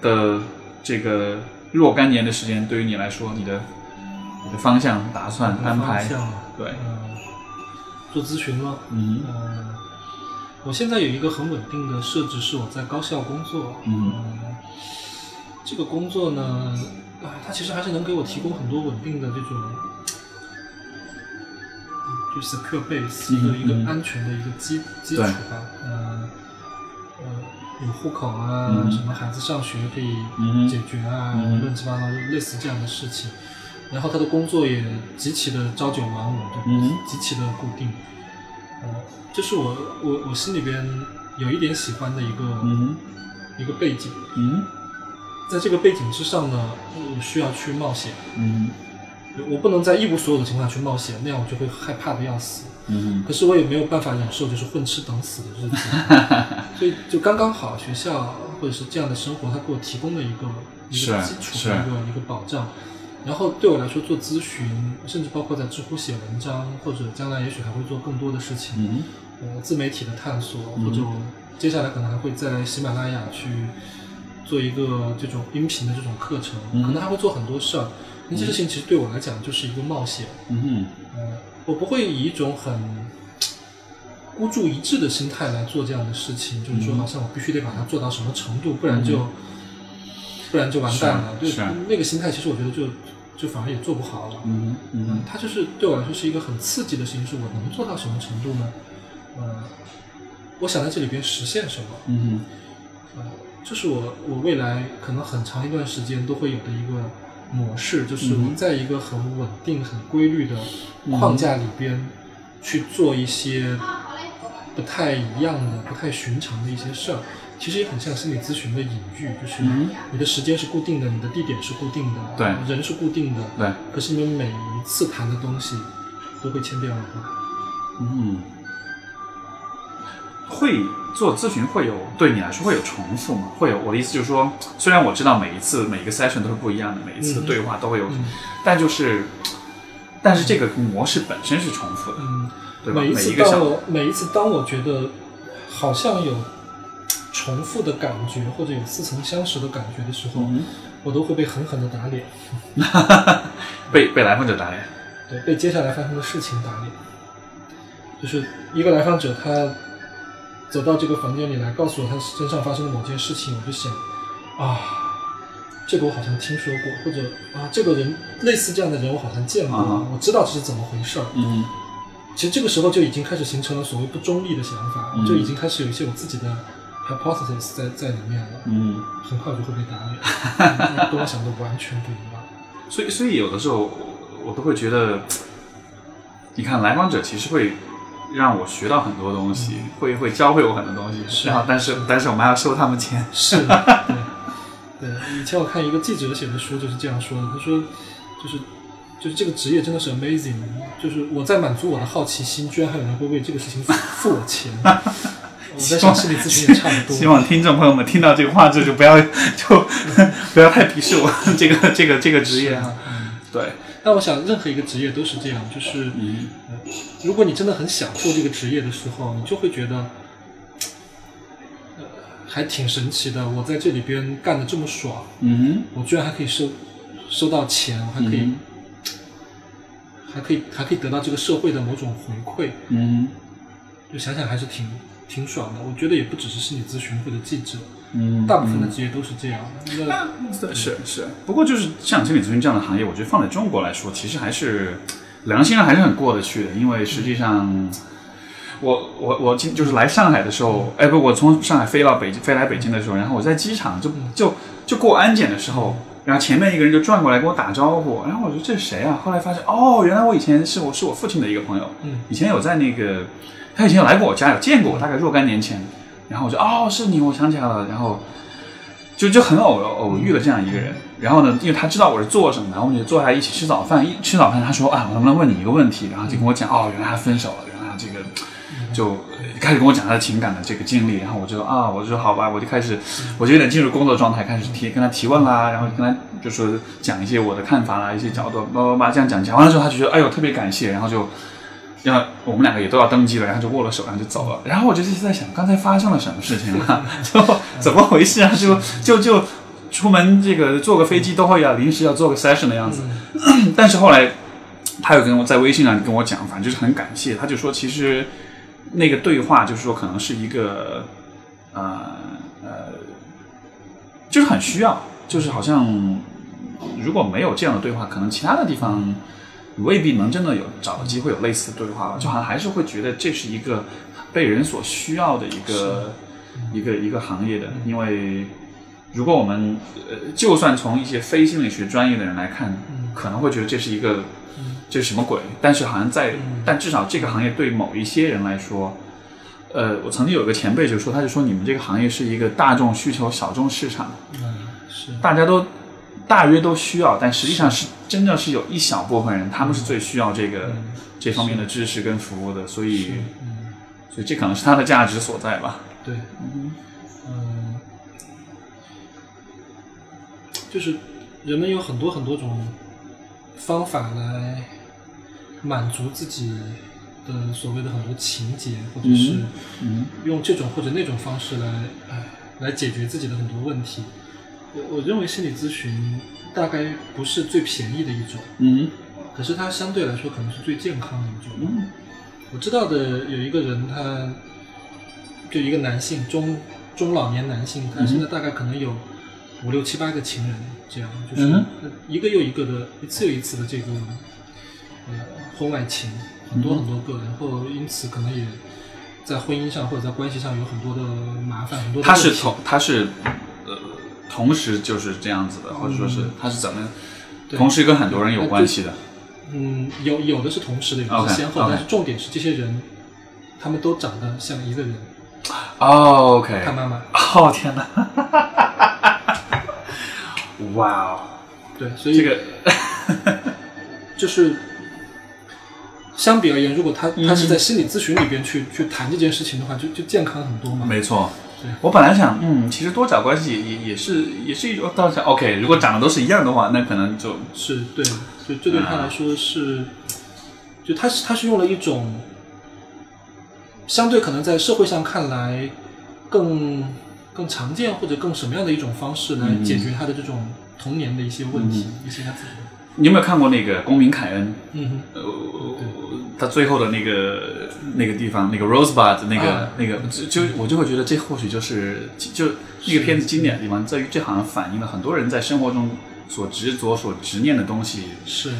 S1: 的这个若干年的时间，对于你来说，你的你的方向、打算、安排
S2: 方，向
S1: 对
S2: 嗯，做咨询吗？
S1: 嗯
S2: 嗯，我现在有一个很稳定的设置，是我在高校工作。呃
S1: 嗯
S2: 这个工作呢，啊，它其实还是能给我提供很多稳定的这种，嗯就 secure base
S1: 嗯
S2: 一个一
S1: 嗯
S2: 个安全的一个基基础吧。嗯，呃，有户口啊，
S1: 嗯
S2: 什么孩子上学可
S1: 嗯
S2: 以解决啊，
S1: 嗯
S2: 乱七八糟类似这样的事情。然后他的工作也极其的朝九晚五，对吧
S1: 嗯
S2: 极其的固定。呃，这是我我我心里边有一点喜欢的一个、
S1: 嗯
S2: 一个背景。
S1: 嗯
S2: 在这个背景之上呢，我需要去冒险。
S1: 嗯
S2: 我不能在一无所有的情况下去冒险，那样我就会害怕的要死。
S1: 嗯
S2: 可是我也没有办法忍受就是混吃等死的 日子，所以就刚刚好，学校或者是这样的生活，它给我提供了一个一个
S1: 是啊
S2: 基础的一个一个保障。然后对我来说，做咨询，甚至包括在知乎写文章，或者将来也许还会做更多的事情，
S1: 嗯
S2: 呃，自媒体的探索，
S1: 嗯
S2: 或者我接下来可能还会在喜马拉雅去做一个这种音频的这种课程，
S1: 嗯
S2: 可能还会做很多事儿。那这些事情其实对我来讲就是一个冒险，
S1: 嗯
S2: 呃，我不会以一种很孤注一掷的心态来做这样的事情，就是说
S1: 嗯
S2: 好像我必须得把它做到什么程度，不然就、不然就完蛋了。
S1: 是啊是
S2: 对，那个心态其实我觉得就就反而也做不好了。
S1: 嗯
S2: 嗯
S1: 嗯，
S2: 它就是对我来说是一个很刺激的事情，是我能做到什么程度呢？呃，我想在这里边实现什么？
S1: 嗯
S2: 呃，这是我我未来可能很长一段时间都会有的一个模式，就是
S1: 嗯
S2: 我在一个很稳定、很规律的框架里边去做一些不太一样的、不太寻常的一些事儿。其实也很像心理咨询的隐喻，就是
S1: 嗯
S2: 你的时间是固定的，你的地点是固定的，
S1: 对
S2: 人是固定的，
S1: 对，
S2: 可是你们每一次谈的东西都会千变万化。
S1: 嗯，会做咨询会有对你来说会有重复吗？会有，我的意思就是说，虽然我知道每一次每一个 session 都是不一样的，每一次
S2: 嗯
S1: 对话都会有，
S2: 嗯
S1: 但就是。但是这个模式本身是重复的，
S2: 嗯，
S1: 对吧？
S2: 每一
S1: 每
S2: 次
S1: 一个
S2: 当
S1: 小，
S2: 我每一次当我觉得好像有重复的感觉，或者有似曾相识的感觉的时候，
S1: 嗯
S2: 我都会被狠狠的打脸，
S1: 被被来访者打脸。
S2: 对，被接下来发生的事情打脸。就是一个来访者他走到这个房间里来，告诉我他身上发生的某件事情，我就想啊，这个我好像听说过，或者啊，这个人类似这样的人我好像见过，
S1: 啊
S2: 我知道这是怎么回事儿。
S1: 嗯
S2: 其实这个时候就已经开始形成了所谓不中立的想法，
S1: 嗯
S2: 就已经开始有一些我自己的 hypothesis 在在里面了，
S1: 嗯，
S2: 很快就会被打脸， 嗯跟我想的完全不一样。
S1: 所以所以有的时候我我都会觉得，你看来访者其实会让我学到很多东西，会会教会我很多东西，
S2: 是
S1: 然后但嗯是但是我们还要收他们钱。
S2: 是，对，对。以前我看一个记者写的书就是这样说的，他说，就是就是这个职业真的是 amazing，就是我在满足我的好奇心，居然还有人会为这个事情 付付我钱。我在想心理咨询也差不多，
S1: 希望听众朋友们听到这个话之后，就不要 就不要太鄙视我这个这个这个职业啊。对，
S2: 但我想，任何一个职业都是这样，就是，
S1: 嗯
S2: 呃如果你真的很享受这个职业的时候，你就会觉得，呃，还挺神奇的。我在这里边干的这么爽，
S1: 嗯
S2: 我居然还可以收收到钱，我还可以、
S1: 嗯
S2: 还可以还可以得到这个社会的某种回馈，
S1: 嗯
S2: 就想想还是挺挺爽的。我觉得也不只是心理咨询或者记者，
S1: 嗯
S2: 大部分的职业都是这样。那
S1: 对，是是。不过就是像心理咨询这样的行业，我觉得放在中国来说，其实还是良心上还是很过得去的，因为实际上。我我我今就是来上海的时候，哎不，我从上海飞到北京，飞来北京的时候，然后我在机场就就就过安检的时候，然后前面一个人就转过来跟我打招呼，然后我说这是谁啊？后来发现哦，原来我以前是我是我父亲的一个朋友，
S2: 嗯
S1: 以前有在那个他以前有来过我家，有见过我，大概若干年前，然后我就哦是你，我想起来了，然后就就很偶偶遇了这样一个人。然后呢，因为他知道我是做什么的，然后我们就坐下来一起吃早饭。一吃早饭，他说啊，我能不能问你一个问题？然后就跟我讲，哦，原来他分手了，原来这个就开始跟我讲他的情感的这个经历。然后我就啊，我就说好吧，我就开始，我就有点进入工作状态，开始提跟他提问啦，然后跟他就说讲一些我的看法啦，一些角度，叭叭叭这样讲。讲完了之后，他就觉得哎呦特别感谢，然后就。要我们两个也都要登机了，然后就握了手，然后就走了。然后我就一直在想，刚才发生了什么事情啊？ 就怎么回事啊？就就就出门这个坐个飞机都会要临时要做个 session 的样子。但是后来他又跟我在微信上跟我讲，反正就是很感谢，他就说其实那个对话就是说可能是一个呃呃，就是很需要，就是好像如果没有这样的对话，可能其他的地方你未必能真的有找到机会有类似的对话吧，就好像还是会觉得这是一个被人所需要的一个一个一个行业的，因为如果我们呃，就算从一些非心理学专业的人来看，可能会觉得这是一个
S2: 嗯
S1: 这是什么鬼，但是好像在，但至少这个行业对某一些人来说。呃，我曾经有一个前辈就说，他就说你们这个行业是一个大众需求、小众市场，
S2: 嗯，是
S1: 大家都大约都需要，但实际上是真正是有一小部分人，他们是最需要这个、这方面的知识跟服务的，所以
S2: 嗯，
S1: 所以这可能是它的价值所在吧。
S2: 对，嗯，就是人们有很多很多种方法来满足自己的所谓的很多情节，或者是
S1: 嗯
S2: 用这种或者那种方式来哎来解决自己的很多问题。我我认为心理咨询大概不是最便宜的一种，
S1: 嗯
S2: 可是它相对来说可能是最健康的一种。
S1: 嗯
S2: 我知道的有一个人，他就一个男性，中中老年男性，他
S1: 嗯
S2: 现在大概可能有五六七八个情人，这样就是
S1: 嗯
S2: 一个又一个的，一次又一次的这个呃婚外情，很多
S1: 嗯
S2: 很多个，然后因此可能也在婚姻上或者在关系上有很多的麻烦，很多的
S1: 它是
S2: 问题
S1: 同它是呃同时就是这样子的，或者说是它是怎么
S2: 嗯对
S1: 同时跟很多人有关系的。
S2: 嗯，有有的是同时的，有的
S1: OK，
S2: 是先后
S1: OK
S2: 但是重点是这些人他们都长得像一个人，
S1: 哦 OK，
S2: 他妈妈。
S1: 哦天哪， 哇哦，
S2: 对，所以
S1: 这个
S2: 就是相比而言，如果他
S1: 嗯
S2: 他是在心理咨询里边去去谈这件事情的话，就就健康很多嘛。
S1: 没错
S2: 对。
S1: 我本来想，嗯，其实多角关系也也是也是一种，倒想 OK，如果长得都是一样的话，那可能就是
S2: 对，就这对他来说是，就他是他是用了一种相对可能在社会上看来更更常见或者更什么样的一种方式来
S1: 嗯
S2: 解决他的这种童年的一些问题，一些他自己的。
S1: 你有没有看过那个《公民凯恩》？
S2: 嗯哼，
S1: 呃，他最后的那个那个地方，那个 Rosebud 那个、
S2: 啊
S1: 那个，就就我就会觉得这或许就是就就那个片子经典的地方在于，这好像反映了很多人在生活中所执着、所执念的东西。
S2: 是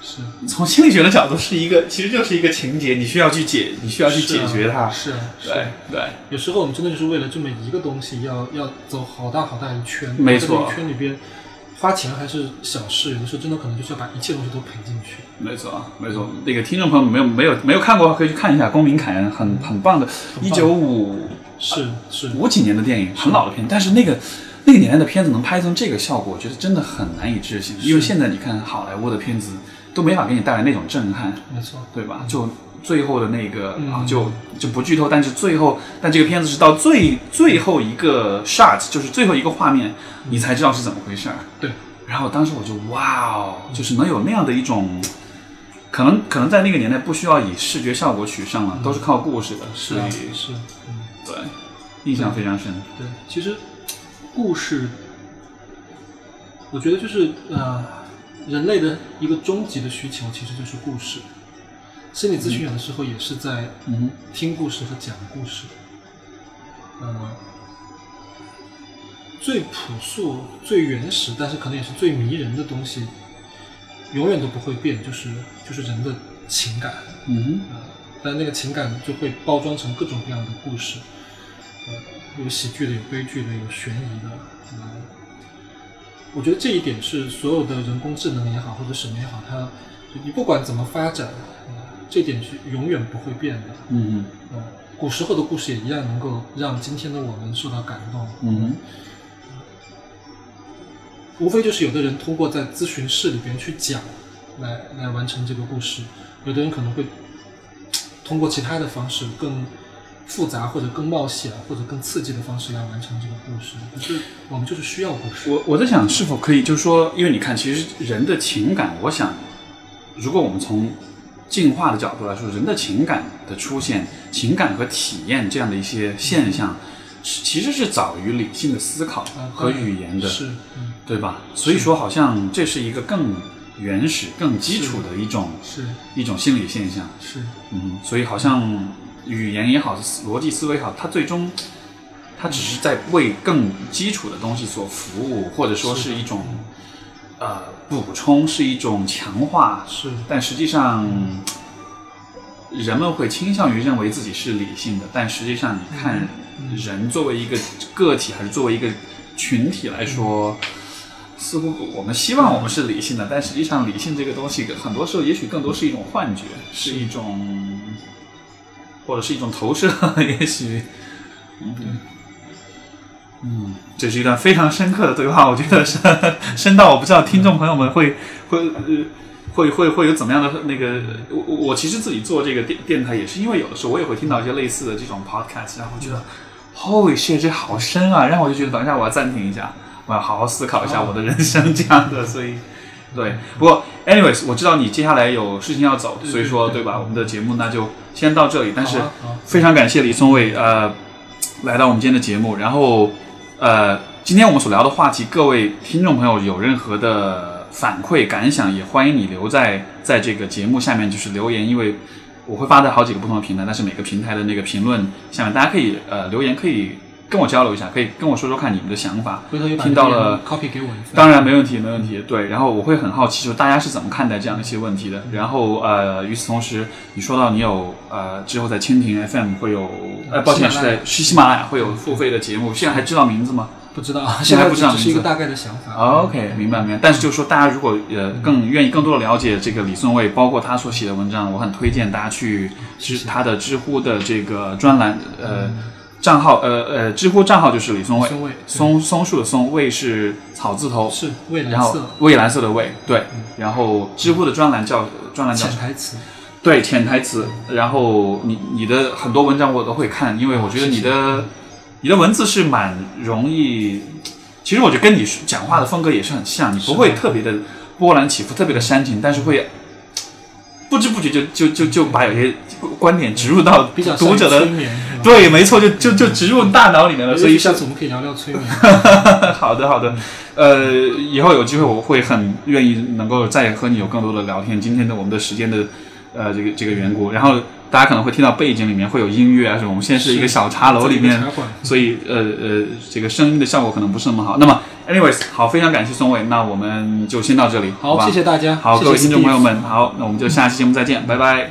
S2: 是，
S1: 从心理学的角度，是一个其实就是一个情节，你需要去解，你需要去
S2: 是
S1: 解
S2: 啊
S1: 决它。
S2: 是啊是啊
S1: 对对，
S2: 有时候我们真的就是为了这么一个东西要，要走好大好大一圈，
S1: 没错
S2: 在这一圈里边花钱还是小事，有的时候真的可能就是要把一切东西都赔进去。
S1: 没错，没错。那个听众朋友们没有没有没有看过的话，可以去看一下《公民凯恩》，很很棒的，一
S2: 很棒
S1: 九五
S2: 是是，
S1: 五几年的电影，很老的片，但是那个那个年代的片子能拍成这个效果，我觉得真的很难以置信。因为现在你看好莱坞的片子都没法给你带来那种震撼，
S2: 没错，
S1: 对吧？就最后的那个、
S2: 嗯
S1: 啊，就就不剧透，但是最后，但这个片子是到最最后一个 shot，就是最后一个画面，你才知道是怎么回事儿。
S2: 对，
S1: 然后当时我就哇哦，就是能有那样的一种，可能可能在那个年代不需要以视觉效果取胜了，都是靠故事的，
S2: 嗯是
S1: 所
S2: 啊
S1: 以
S2: 是，嗯，
S1: 对，印象非常深。
S2: 对，其实故事，呃我觉得就是呃，人类的一个终极的需求其实就是故事。心理咨询有的时候也是在
S1: 嗯
S2: 听故事和讲故事。嗯，最朴素、最原始，但是可能也是最迷人的东西，永远都不会变，就是就是人的情感。
S1: 嗯
S2: 呃，但那个情感就会包装成各种各样的故事，呃，有喜剧的，有悲剧的，有悬疑的，嗯、我觉得这一点是所有的人工智能也好，或者什么也好，它就你不管怎么发展，呃这点是永远不会变的。
S1: 嗯
S2: 呃，嗯古时候的故事也一样能够让今天的我们受到感动。
S1: 嗯
S2: 无非就是有的人通过在咨询室里边去讲，来来完成这个故事，有的人可能会通过其他的方式更复杂或者更冒险或者更刺激的方式来完成这个故事。可是我们就是需要故事，
S1: 我我在想，是否可以，就是说，因为你看，其实人的情感，我想，如果我们从进化的角度来说，人的情感的出现、情感和体验这样的一些现象，是其实是早于理性的思考
S2: 啊
S1: 和语言的，
S2: 是，嗯，
S1: 对吧？所以说，好像这是一个更原始、更基础的一种
S2: 是
S1: 一种心理现象。
S2: 是，
S1: 嗯，所以好像语言也好，思逻辑思维也好，它最终它只是在为更基础的东西所服务，或者说是一种呃补充，是一种强化。
S2: 是
S1: 但实际上，人们会倾向于认为自己是理性的，但实际上，你看
S2: 嗯
S1: 人作为一个个体还是作为一个群体来说。似乎我们希望我们是理性的，但实际上理性这个东西，很多时候也许更多是一种幻觉，是一种，或者是一种投射， 也许，嗯，嗯，这是一段非常深刻的对话，我觉得是深到我不知道听众朋友们会会呃会会会有怎么样的那个，我我我其实自己做这个电电台也是因为有的时候我也会听到一些类似的这种 podcast，然后我
S2: 嗯
S1: 觉得 holy shit 这好深啊，然后我就觉得等一下我要暂停一下，我要好好思考一下
S2: 哦
S1: 我的人生这样的，所以对，不过 anyways 我知道你接下来有事情要走，所以说
S2: 对
S1: 对吧，我们的节目那就先到这里，但是
S2: 嗯好啊好啊
S1: 非常感谢李松蔚呃来到我们今天的节目，然后呃今天我们所聊的话题，各位听众朋友有任何的反馈感想，也欢迎你留在在这个节目下面就是留言，因为我会发在好几个不同的平台，但是每个平台的那个评论下面大家可以呃留言，可以跟我交流一下，可以跟我说说看你们的想法，
S2: 回头又把
S1: 听
S2: 这
S1: 到
S2: 个
S1: 了
S2: copy 给我一份，
S1: 当然没问题，没问题。对，然后我会很好奇，就是大家是怎么看待这样一些问题的。然后呃，与此同时，你说到你有呃之后在蜻蜓 FM 会有，呃，抱歉
S2: 喜
S1: 是
S2: 马拉雅
S1: 在是喜马拉雅会有付费的节目，现在还知道名字吗？
S2: 不知道，
S1: 现在不知道
S2: 只是
S1: 名
S2: 一个
S1: 字哦
S2: 大概的想法。
S1: OK，明白明白。但是就是说，大家如果呃更愿意更多的了解这个李松蔚，包括他所写的文章，我很推荐大家去知他的知乎的这个专栏呃账号呃呃知乎账号就是李松蔚
S2: 松蔚对
S1: 松松树的松蔚是草字头
S2: 是蔚蓝
S1: 然后
S2: 色
S1: 蔚蓝色的蔚对，然后知乎的专栏叫专栏叫
S2: 潜台词，
S1: 对潜台词，然后你你的很多文章我都会看，因为我觉得你的你的文字是蛮容易，其实我觉得跟你讲话的风格也是很像，你不会特别的波澜起伏，特别的煽情，但是会不知不觉就就就就把有些观点植入到
S2: 比较
S1: 读者
S2: 像催
S1: 的。
S2: 眠是吧
S1: 对，没错，就就就植入大脑里面了，所以
S2: 下次我们可以聊聊 催眠。
S1: 好的，好的，呃，以后有机会我会很愿意能够再和你有更多的聊天。今天的我们的时间的，呃，这个这个缘故，然后大家可能会听到背景里面会有音乐啊什么。我们现在是一个小茶楼里 面
S2: 在一个茶馆，
S1: 所以呃呃，这个声音的效果可能不是那么好。那么，anyways，好，非常感谢宋伟，那我们就先到这里，好
S2: 好，
S1: 吧？
S2: 谢谢大家，
S1: 好，
S2: 谢谢
S1: 各位听众
S2: Steve
S1: 朋友们，好，那我们就下期节目再见，拜拜。